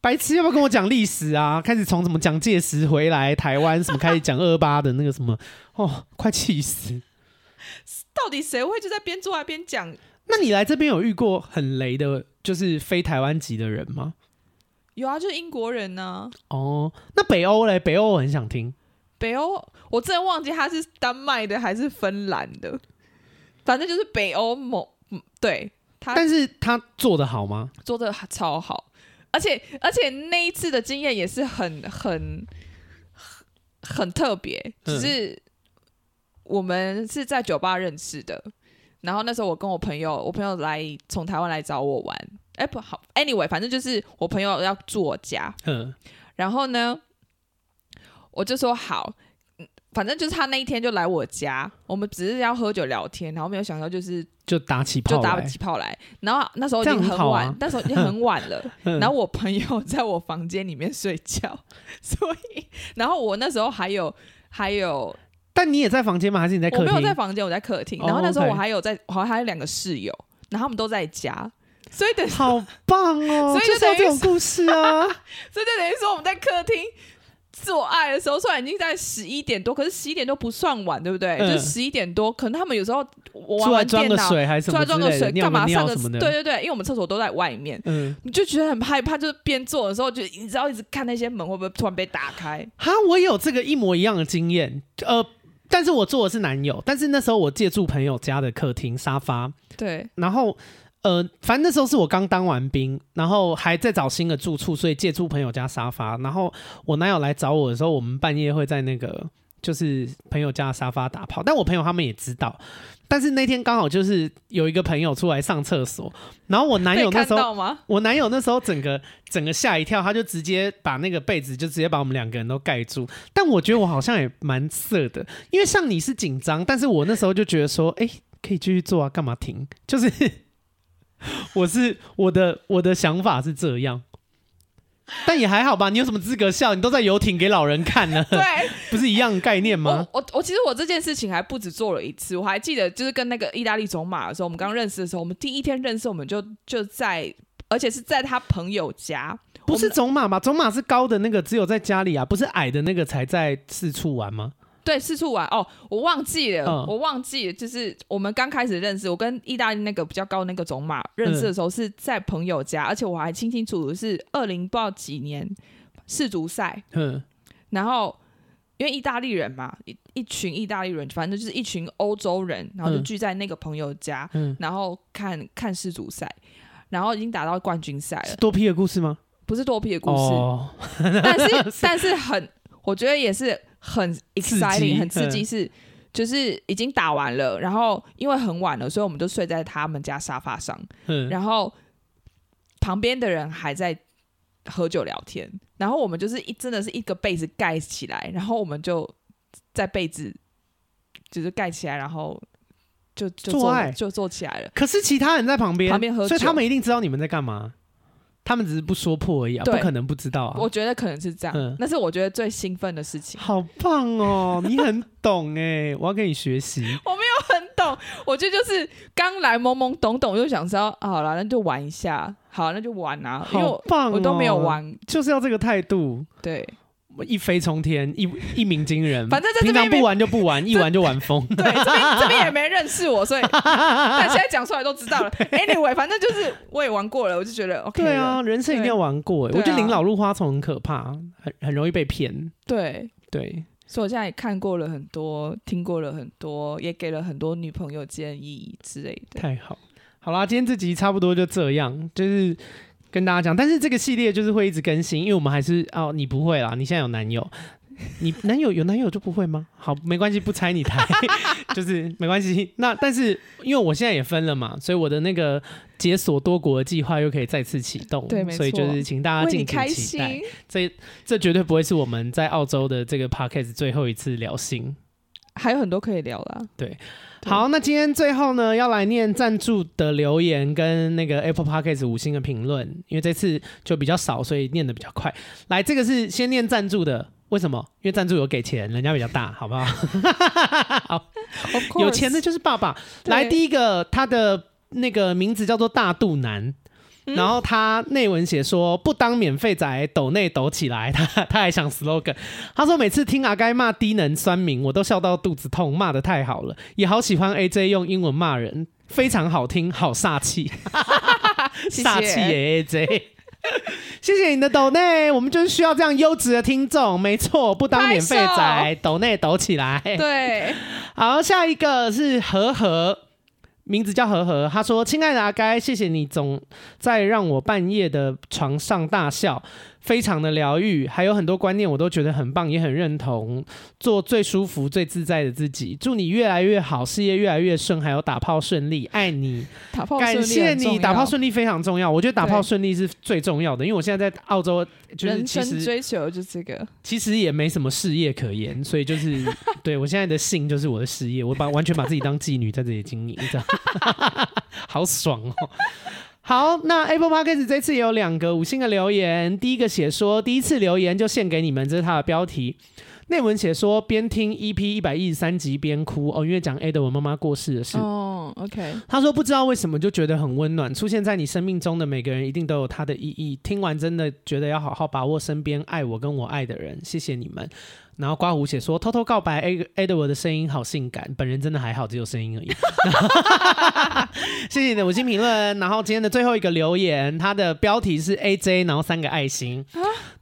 白痴要不要跟我讲历史啊？开始从什么蒋介石回来台湾什么开始讲二八的那个什么，哦，快气死！到底谁会就在边做爱边讲？那你来这边有遇过很雷的，就是非台湾籍的人吗？有啊，就是英国人啊呢、哦，那北欧嘞？北欧我很想听。北欧，我真的忘记他是丹麦的还是芬兰的，反正就是北欧某，嗯对他但是他做的好吗？做的超好，而且而且那一次的经验也是很很很很特别，嗯只是我们是在酒吧认识的，然后那时候我跟我朋友，我朋友来从台湾来找我玩，哎、不好，anyway，反正就是我朋友要住我家，嗯，然后呢，我就说好，嗯反正就是他那一天就来我家，我们只是要喝酒聊天，然后没有想到就是就打起炮就打来起炮来，然后那时候已这样经很很好啊晚，那时候已经很晚了， [LAUGHS] 嗯然后我朋友在我房间里面睡觉，所以然后我那时候还有还有但你也在房间吗？还是你在客我厅？没有在房间，我在客厅，哦然后那时候 OK 我还有在，好像还有两个室友，然后他们都在家，所以等好棒哦！ [LAUGHS] 所以就就是要等于这种故事啊，所以就等于说我们在客厅做爱的时候，虽然已经在十一点多，可是十一点多不算晚，对不对？嗯就十一点多，可能他们有时候我玩出来装 [LAUGHS] 玩电个脑，水还是出什么来之装类个的水，尿干嘛个上尿个什么的，对对对，因为我们厕所都在外面，嗯，你就觉得很害怕，就是边做的时候，就你知道一直看那些门会不会突然被打开，哈，我也有这个一模一样的经验，呃，但是我做的是男友，但是那时候我借住朋友家的客厅沙发，对，然后呃，反正那时候是我刚当完兵，然后还在找新的住处，所以借住朋友家沙发。然后我男友来找我的时候，我们半夜会在那个就是朋友家的沙发打炮，但我朋友他们也知道。但是那天刚好就是有一个朋友出来上厕所，然后我男被哎友那看时候到 [LAUGHS] 吗？我男友那时候整个整个吓一跳，他就直接把那个被子就直接把我们两个人都盖住。但我觉得我好像也蛮色的，因为像你是紧张，但是我那时候就觉得说，哎、可以继续做啊，干嘛停？就是 [LAUGHS] 我是我的我的想法是这样，但也还好吧。你有什么资格笑？你都在游艇给老人看了，对，哦不是一样概念吗我？我我其实我这件事情还不止做了一次，我还记得就是跟那个意大利走马的时候，我们刚认识的时候，我们第一天认识，我们就就在，而且是在他朋友家，不是种马吧？种马是高的那个，只有在家里啊，不是矮的那个才在四处玩吗？对，四处玩哦，我忘记了，嗯我忘记了，就是我们刚开始认识，我跟意大利那个比较高那个种马认识的时候是在朋友家，而且我还清清楚楚是二零不知道几年世足赛，嗯然后因为意大利人嘛，一一群意大利人，反正就是一群欧洲人，然后就嗯聚在那个朋友家，嗯，然后看看世足赛，然后已经打到冠军赛是了，多批的故事吗？不是多皮的故事，哦 [LAUGHS] 但是但是很，我觉得也是很激 exciting，很刺激嗯是。就是已经打完了，然后因为很晚了，所以我们就睡在他们家沙发上，嗯然后旁边的人还在喝酒聊天，然后我们就是一真的是一个被子盖起来，然后我们就在被子就是盖起来，然后就就做坐爱就坐起来了。可是其他人在旁边，旁边喝酒所以他们一定知道你们在干嘛，他们只是不说破而已啊，对不可能不知道啊我。觉得可能是这样，嗯那是我觉得最兴奋的事情。好棒 [LAUGHS] 哦，你很懂哎，我要跟你学习。很懂， [LAUGHS] 我觉得就是刚来懵懵懂懂，就想说啊好了，那就玩一下，好，那就玩啊，因为好我,、棒、哦，都没有，玩，就是要这个态度，对一飞冲天，一一鸣惊人。反正在这平边常不玩就不 [LAUGHS] 玩，一玩就玩疯。对，啊这边这边也没认识我，[LAUGHS] 所以但现在讲出来都知道了。Anyway，反正就是我也玩过了，我就觉得 OK 对了啊，人生一定要玩过哎。对我觉对啊得领老入花丛很可怕，很很容易被骗。对，对，所以我现在也看过了很多，听过了很多，也给了很多女朋友建议之类的。太好，好啦，今天这集差不多就这样，就是跟大家讲，但是这个系列就是会一直更新，因为我们还是哦，你不会啦，你现在有男友，你男友有男友就不会吗？好，没关系，不拆你台， [LAUGHS] 就是没关系。那但是因为我现在也分了嘛，所以我的那个解锁多国的计划又可以再次启动，对没错所以就是请大家为你敬开请期待心。，这这绝对不会是我们在澳洲的这个 podcast 最后一次聊心。还有很多可以聊啦。对好，那今天最后呢，要来念赞助的留言跟那个 Apple Podcast 五星的评论，因为这次就比较少，所以念的比较快。来，这个是先念赞助的，为什么？因为赞助有给钱，人家比较大，好不好？好 [LAUGHS] Of course, 有钱的就是爸爸。对来，第一个，他的那个名字叫做大肚腩。嗯然后他内文写说不当免费仔抖内抖起来， [LAUGHS] 他他还想 slogan，他说每次听阿该骂低能酸民，我都笑到肚子痛，骂的太好了，也好喜欢 AJ 用英文骂人，非常好听，好煞 [LAUGHS] 气， [LAUGHS] 谢谢煞气耶 AJ。谢谢你的抖内，我们就是需要这样优质的听众，没错，不当免费拍仔抖内抖起来。对，好，下一个是和和，名字叫和和。他说：“亲爱的阿该，谢谢你总在让我半夜的床上大笑，非常的疗愈，还有很多观念我都觉得很棒，也很认同。做最舒服、最自在的自己，祝你越来越好，事业越来越顺，还有打炮顺利，爱你。” [LAUGHS] 打炮顺利感谢很重你，要打炮顺利非常重要。我觉得打炮对顺利是最重要的，因为我现在在澳洲，就是人其生实追求就是这个，其实也没什么事业可言，所以就是对我现在的性就是我的事业，我把完全把自己当妓女在这里经营，这样好爽哦。好，那 Apple Podcast 这次也有两个五星的留言，第一个写说第一次留言就献给你们，这是它的标题。E 内文写说边听 EP 一百一十三集边哭哦，因为讲 A 的我妈妈过世的事。哦，嗯，OK，他说不知道为什么就觉得很温暖，出现在你生命中的每个人一定都有他的意义。听完真的觉得要好好把握身边爱我跟我爱的人，谢谢你们。然后刮胡写说偷偷告白，Ed Edward 的声音好性感，本人真的还好，只有声音而已。 [LAUGHS] 谢谢你的五星评论。然后今天的最后一个留言，它的标题是 AJ，然后三个爱心。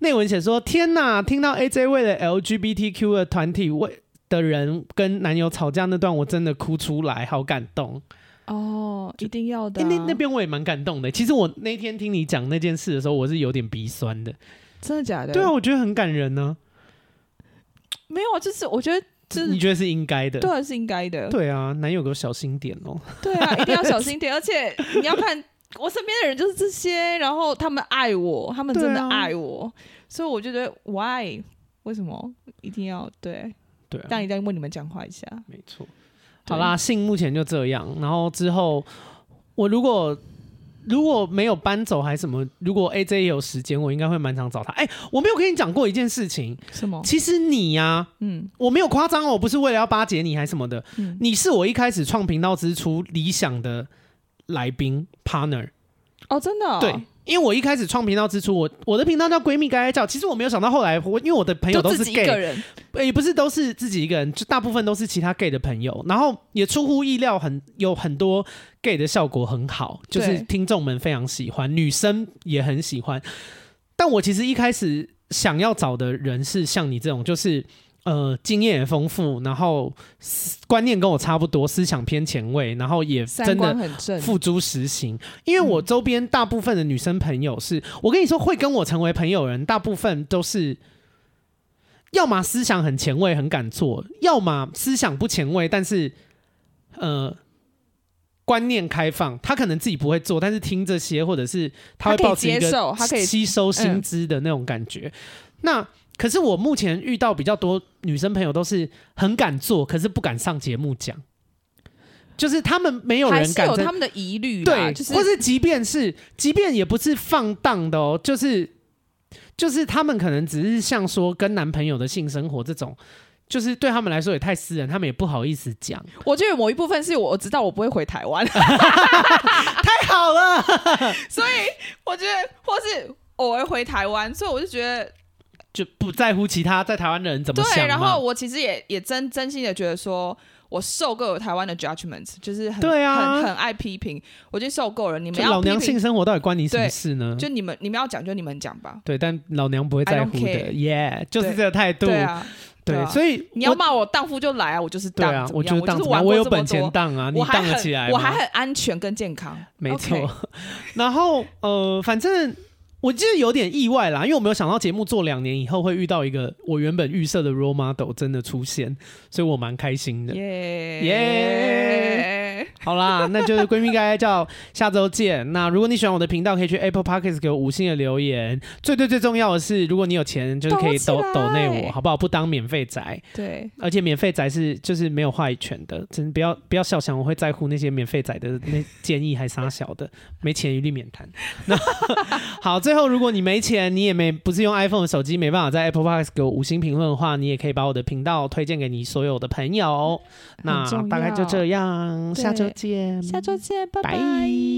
内文写说：天呐，听到 AJ 为了 LGBTQ 的团体为的人跟男友吵架那段，我真的哭出来，好感动。哦，一定要的欸啊、那那边我也蛮感动的。其实我那天听你讲那件事的时候，我是有点鼻酸的。真的假的？对啊，，我觉得很感人呢、没有啊，就是我觉得这你觉得是应该的？对啊是应该的，对啊，男友给我小心点哦、对啊，一定要小心点，而且你要看我身边的人就是这些，然后他们爱我，他们真对的啊爱我，所以我就觉得 why 为什么一定要对？对但啊，一定要为你们讲话一下，没错。好啦，信目前就这样。然后之后，我如果如果没有搬走还是什么，如果 AJ 也有时间，我应该会蛮常找他。哎、我没有跟你讲过一件事情，什么？其实你呀、嗯我没有夸张哦，我不是为了要巴结你还是什么的，嗯，你是我一开始创频道之初理想的来宾 partner。哦，真的、哦，对，因为我一开始创频道之初，我我的频道叫闺蜜该该叫，其实我没有想到后来，我因为我的朋友都就是自己一个 gay，人，呃也不是都是自己一个人，就大部分都是其他 gay 的朋友，然后也出乎意料很，有很多 gay 的效果很好，就是对听众们非常喜欢，女生也很喜欢。但我其实一开始想要找的人是像你这种，就是呃经验也丰富，然后思观念跟我差不多，思想偏前卫，然后也三真的观很正，付诸实行。因为嗯我周边大部分的女生朋友是，我跟你说会跟我成为朋友的人，大部分都是。要么思想很前卫，很敢做；要么思想不前卫，但是呃观念开放。他可能自己不会做，但是听这些，或者是他会他可以抱持一接个受他可以嗯吸收新知的那种感觉。那可是我目前遇到比较多女生朋友，都是很敢做，可是不敢上节目讲。就是他们没有还人是敢有在他们的疑虑啦，对，啊就是或是即便是即便也不是放荡的哦，就是就是他们可能只是像说跟男朋友的性生活这种，就是对他们来说也太私人，他们也不好意思讲。我觉得某一部分是我知道我不会回台湾，太好了，所以我觉得或是偶尔回台湾，所以我就觉得就不在乎其他在台湾的人怎么对，想嘛。然后我其实也也真真心的觉得说，我受够了台湾的 judgment，就是很对啊很很爱批评，我已经受够了。你们就要老批娘性评，生活到底关你什么事呢？就你们你们要讲就你们讲吧，对，但老娘不会在乎 I don't 的， care 耶就是对这个态度。对啊，对对啊所以你要我骂我荡妇就来啊，我就是对荡，啊，怎我么就样是我就当是怎么玩样过我有这么本钱多当啊，你我还当得很起来吗？我还很安全跟健康，没 OK 错。 [LAUGHS] 然后呃，反正我就是有点意外啦，因为我没有想到节目做两年以后会遇到一个我原本预设的 role model 真的出现，所以我蛮开心的。耶耶好啦，那就是闺蜜该叫下周见。那如果你喜欢我的频道，可以去 Apple Podcast 给我五星的留言。最最最重要的是，如果你有钱，就是可以抖抖起来抖内我，好不好？不当免费宅，对，而且免费宅是就是没有话语权的，真不要不要笑想我会在乎那些免费仔的那建议还傻小的，没钱一律免谈。 [LAUGHS] 那好，最后如果你没钱，你也没不是用 iPhone 的手机，没办法在 Apple Podcast 给我五星评论的话，你也可以把我的频道推荐给你所有的朋友。那很重要大概就这样，对下周见，下周见，拜拜拜。